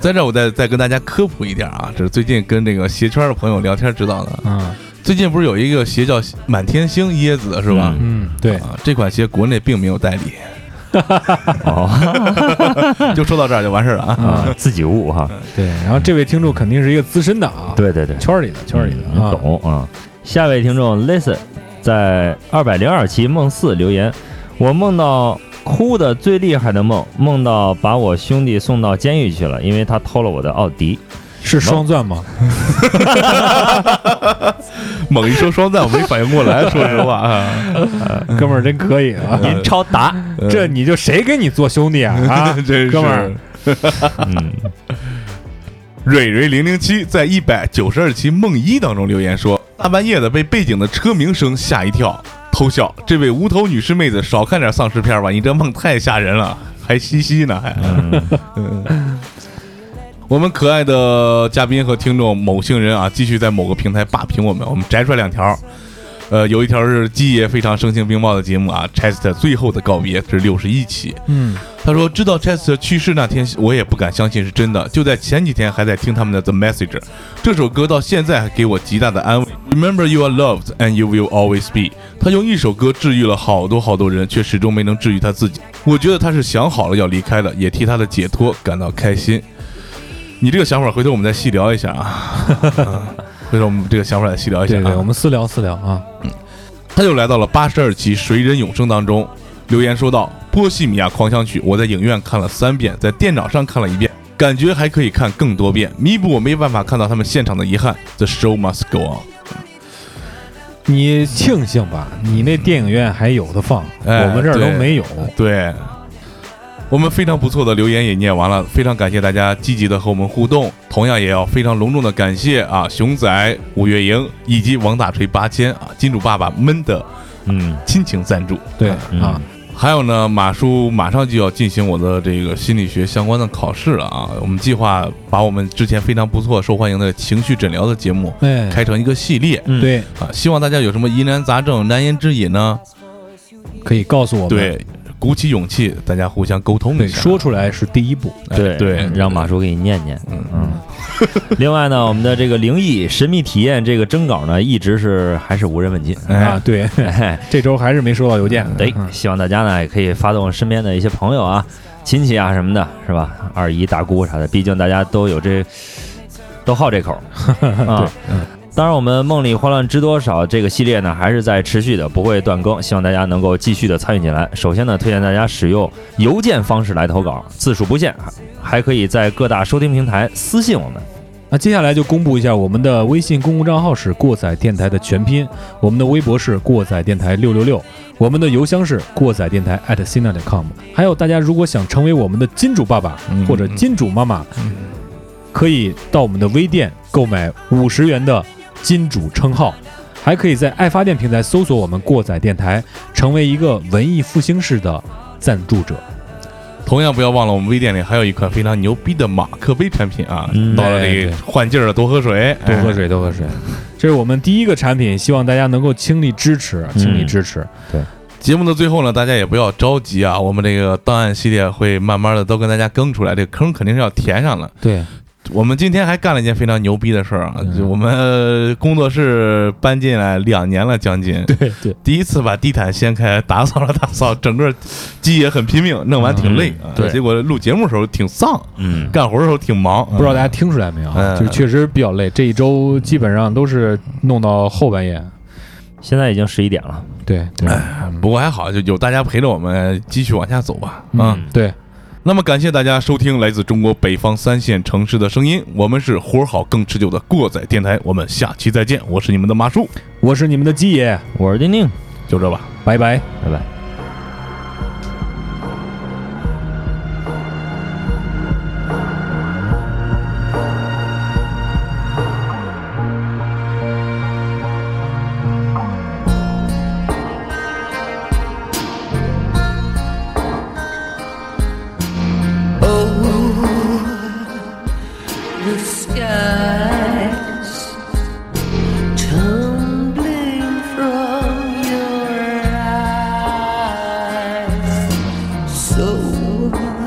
S3: 在这儿我再再跟大家科普一点啊，这是最近跟这个鞋圈的朋友聊天知道的。
S5: 啊，
S3: 最近不是有一个鞋叫满天星椰子是吧？
S5: 嗯，对，
S3: 啊，这款鞋国内并没有代理，
S6: 哦
S3: 就说到这儿就完事儿了啊。
S6: 啊，自己悟哈，
S5: 对，然后这位听众肯定是一个资深的啊，
S6: 对对对，
S5: 圈儿里的圈儿里的
S6: 嗯
S5: 啊，
S6: 懂啊。下位听众 listen 在二百零二期梦四留言，我梦到哭的最厉害的梦，梦到把我兄弟送到监狱去了，因为他偷了我的奥迪。
S5: 是双钻吗？
S3: 猛一说双赞，我没反应过来，说实话啊。，
S5: 哥们儿真可以啊，
S6: 您超达，
S5: 这你就谁跟你做兄弟啊？啊
S3: *laughs* 真是
S5: 哥们儿，
S6: 嗯
S3: 蕊蕊零零七在一百九十二期梦一当中留言说，大半夜的被背景的车鸣声吓一跳，偷笑。这位无头女士妹子，少看点丧尸片 *laughs* 吧，你这梦太吓人了，还嘻嘻呢，还。
S6: 嗯，
S5: 我
S3: 我们可爱的嘉宾和听众某姓人啊，继续在某个平台霸屏我们，我们摘出来两条。呃，有一条是季爷非常声情并茂的节目啊，Chester 最后的告别是六十一期。
S5: 嗯，
S3: 他说知道 Chester 去世那天，我也不敢相信是真的。就在前几天还在听他们的 The Message，这首歌到现在还给我极大的安慰。Remember you are loved and you will always be。他用一首歌治愈了好多好多人，却始终没能治愈他自己。我觉得他是想好了要离开了，也替他的解脱感到开心。你这个想法，回头我们再细聊一下啊。嗯 *laughs* 回头我们这个想法再细聊一下、啊。
S5: 对对，我们私聊私聊啊，
S3: 他又来到了八十二期《谁人永生》当中，留言说道：“《波西米亚狂想曲》，我在影院看了三遍，在电脑上看了一遍，感觉还可以看更多遍，弥补我没办法看到他们现场的遗憾。The show must go on。
S5: 你庆幸吧，你那电影院还有的放，
S3: 哎
S5: 我们这儿都
S3: 对
S5: 没有。”
S3: 对，我们非常不错的留言也念完了，非常感谢大家积极的和我们互动，同样也要非常隆重的感谢啊，熊仔、五月莹以及王大锤八千啊，金主爸爸们的
S6: 嗯，
S3: 亲情赞助。
S5: 对
S3: 啊
S6: 嗯
S5: 啊，
S3: 还有呢，马叔马上就要进行我的这个心理学相关的考试了啊！我们计划把我们之前非常不错、受欢迎的情绪诊疗的节目
S5: 哎，
S3: 开成一个系列
S6: 嗯，
S5: 对，
S3: 啊，希望大家有什么疑难杂症、难言之隐呢？
S5: 可以告诉我们，
S3: 对，鼓起勇气，大家互相沟通
S5: 对，
S3: 一下，
S5: 说出来是第一步。
S3: 哎
S6: 对
S3: 对，
S6: 让马叔给你念念。
S3: 嗯
S6: 嗯，另外呢，我们的这个灵异神秘体验这个征稿呢，一直是还是无人问津。
S5: 啊，
S3: 哎，
S5: 对，
S6: 哎，
S5: *laughs* 这周还是没收到邮件。
S6: 对，
S5: 嗯
S6: 希望大家呢也可以发动身边的一些朋友啊、亲戚啊什么的，是吧？二姨、大姑啥的，毕竟大家都有这，都好这口儿
S5: *laughs*
S6: 啊。
S5: 嗯
S6: 当然，我们梦里花乱知多少这个系列呢，还是在持续的，不会断更。希望大家能够继续的参与进来。首先呢，推荐大家使用邮件方式来投稿，字数不限，还还可以在各大收听平台私信我们。
S5: 那接下来就公布一下我们的微信公共账号是“过载电台”的全拼，我们的微博是“过载电台六六六”，我们的邮箱是“过载电台 at sina com”。还有大家如果想成为我们的金主爸爸
S3: 嗯
S5: 或者金主妈妈，可以到我们的微店购买五十元的金主称号。还可以在爱发电平台搜索我们“过载电台”，成为一个文艺复兴式的赞助者。
S3: 同样不要忘了，我们微店里还有一款非常牛逼的马克杯产品啊
S6: 嗯，
S3: 到了
S5: 哎
S3: 这
S5: 对
S3: 个换劲儿了，多喝水，
S5: 多喝水，多喝水。这是我们第一个产品，希望大家能够倾力支持，倾力支持。
S3: 节目的最后呢，大家也不要着急啊，我们这个档案系列会慢慢的都跟大家更出来，这个坑肯定是要填上的。
S5: 对，
S3: 我们今天还干了一件非常牛逼的事儿啊，
S5: 嗯
S3: 就我们呃工作室搬进来两年了，将近，
S5: 对，对，
S3: 第一次把地毯掀开，打扫了打扫，整个鸡也很拼命，弄完挺累
S6: 嗯
S3: 啊，
S6: 对
S3: 结果录节目的时候挺丧，
S6: 嗯，
S3: 干活的时候挺忙，
S5: 不知道大家听出来没有啊？
S3: 嗯
S5: 就是确实比较累，这一周基本上都是弄到后半夜。
S6: 现在已经十一点了。
S5: 对，对，
S3: 嗯不过还好，就有大家陪着我们继续往下走吧，啊。
S5: 嗯，对，
S3: 那么感谢大家收听来自中国北方三线城市的声音，我们是活好更持久的过载电台，我们下期再见，我是你们的马叔，
S5: 我是你们的鸡爷，
S6: 我是丁丁，
S3: 就这吧。
S5: 拜拜。
S6: 拜拜。
S1: the skies tumbling from your eyes so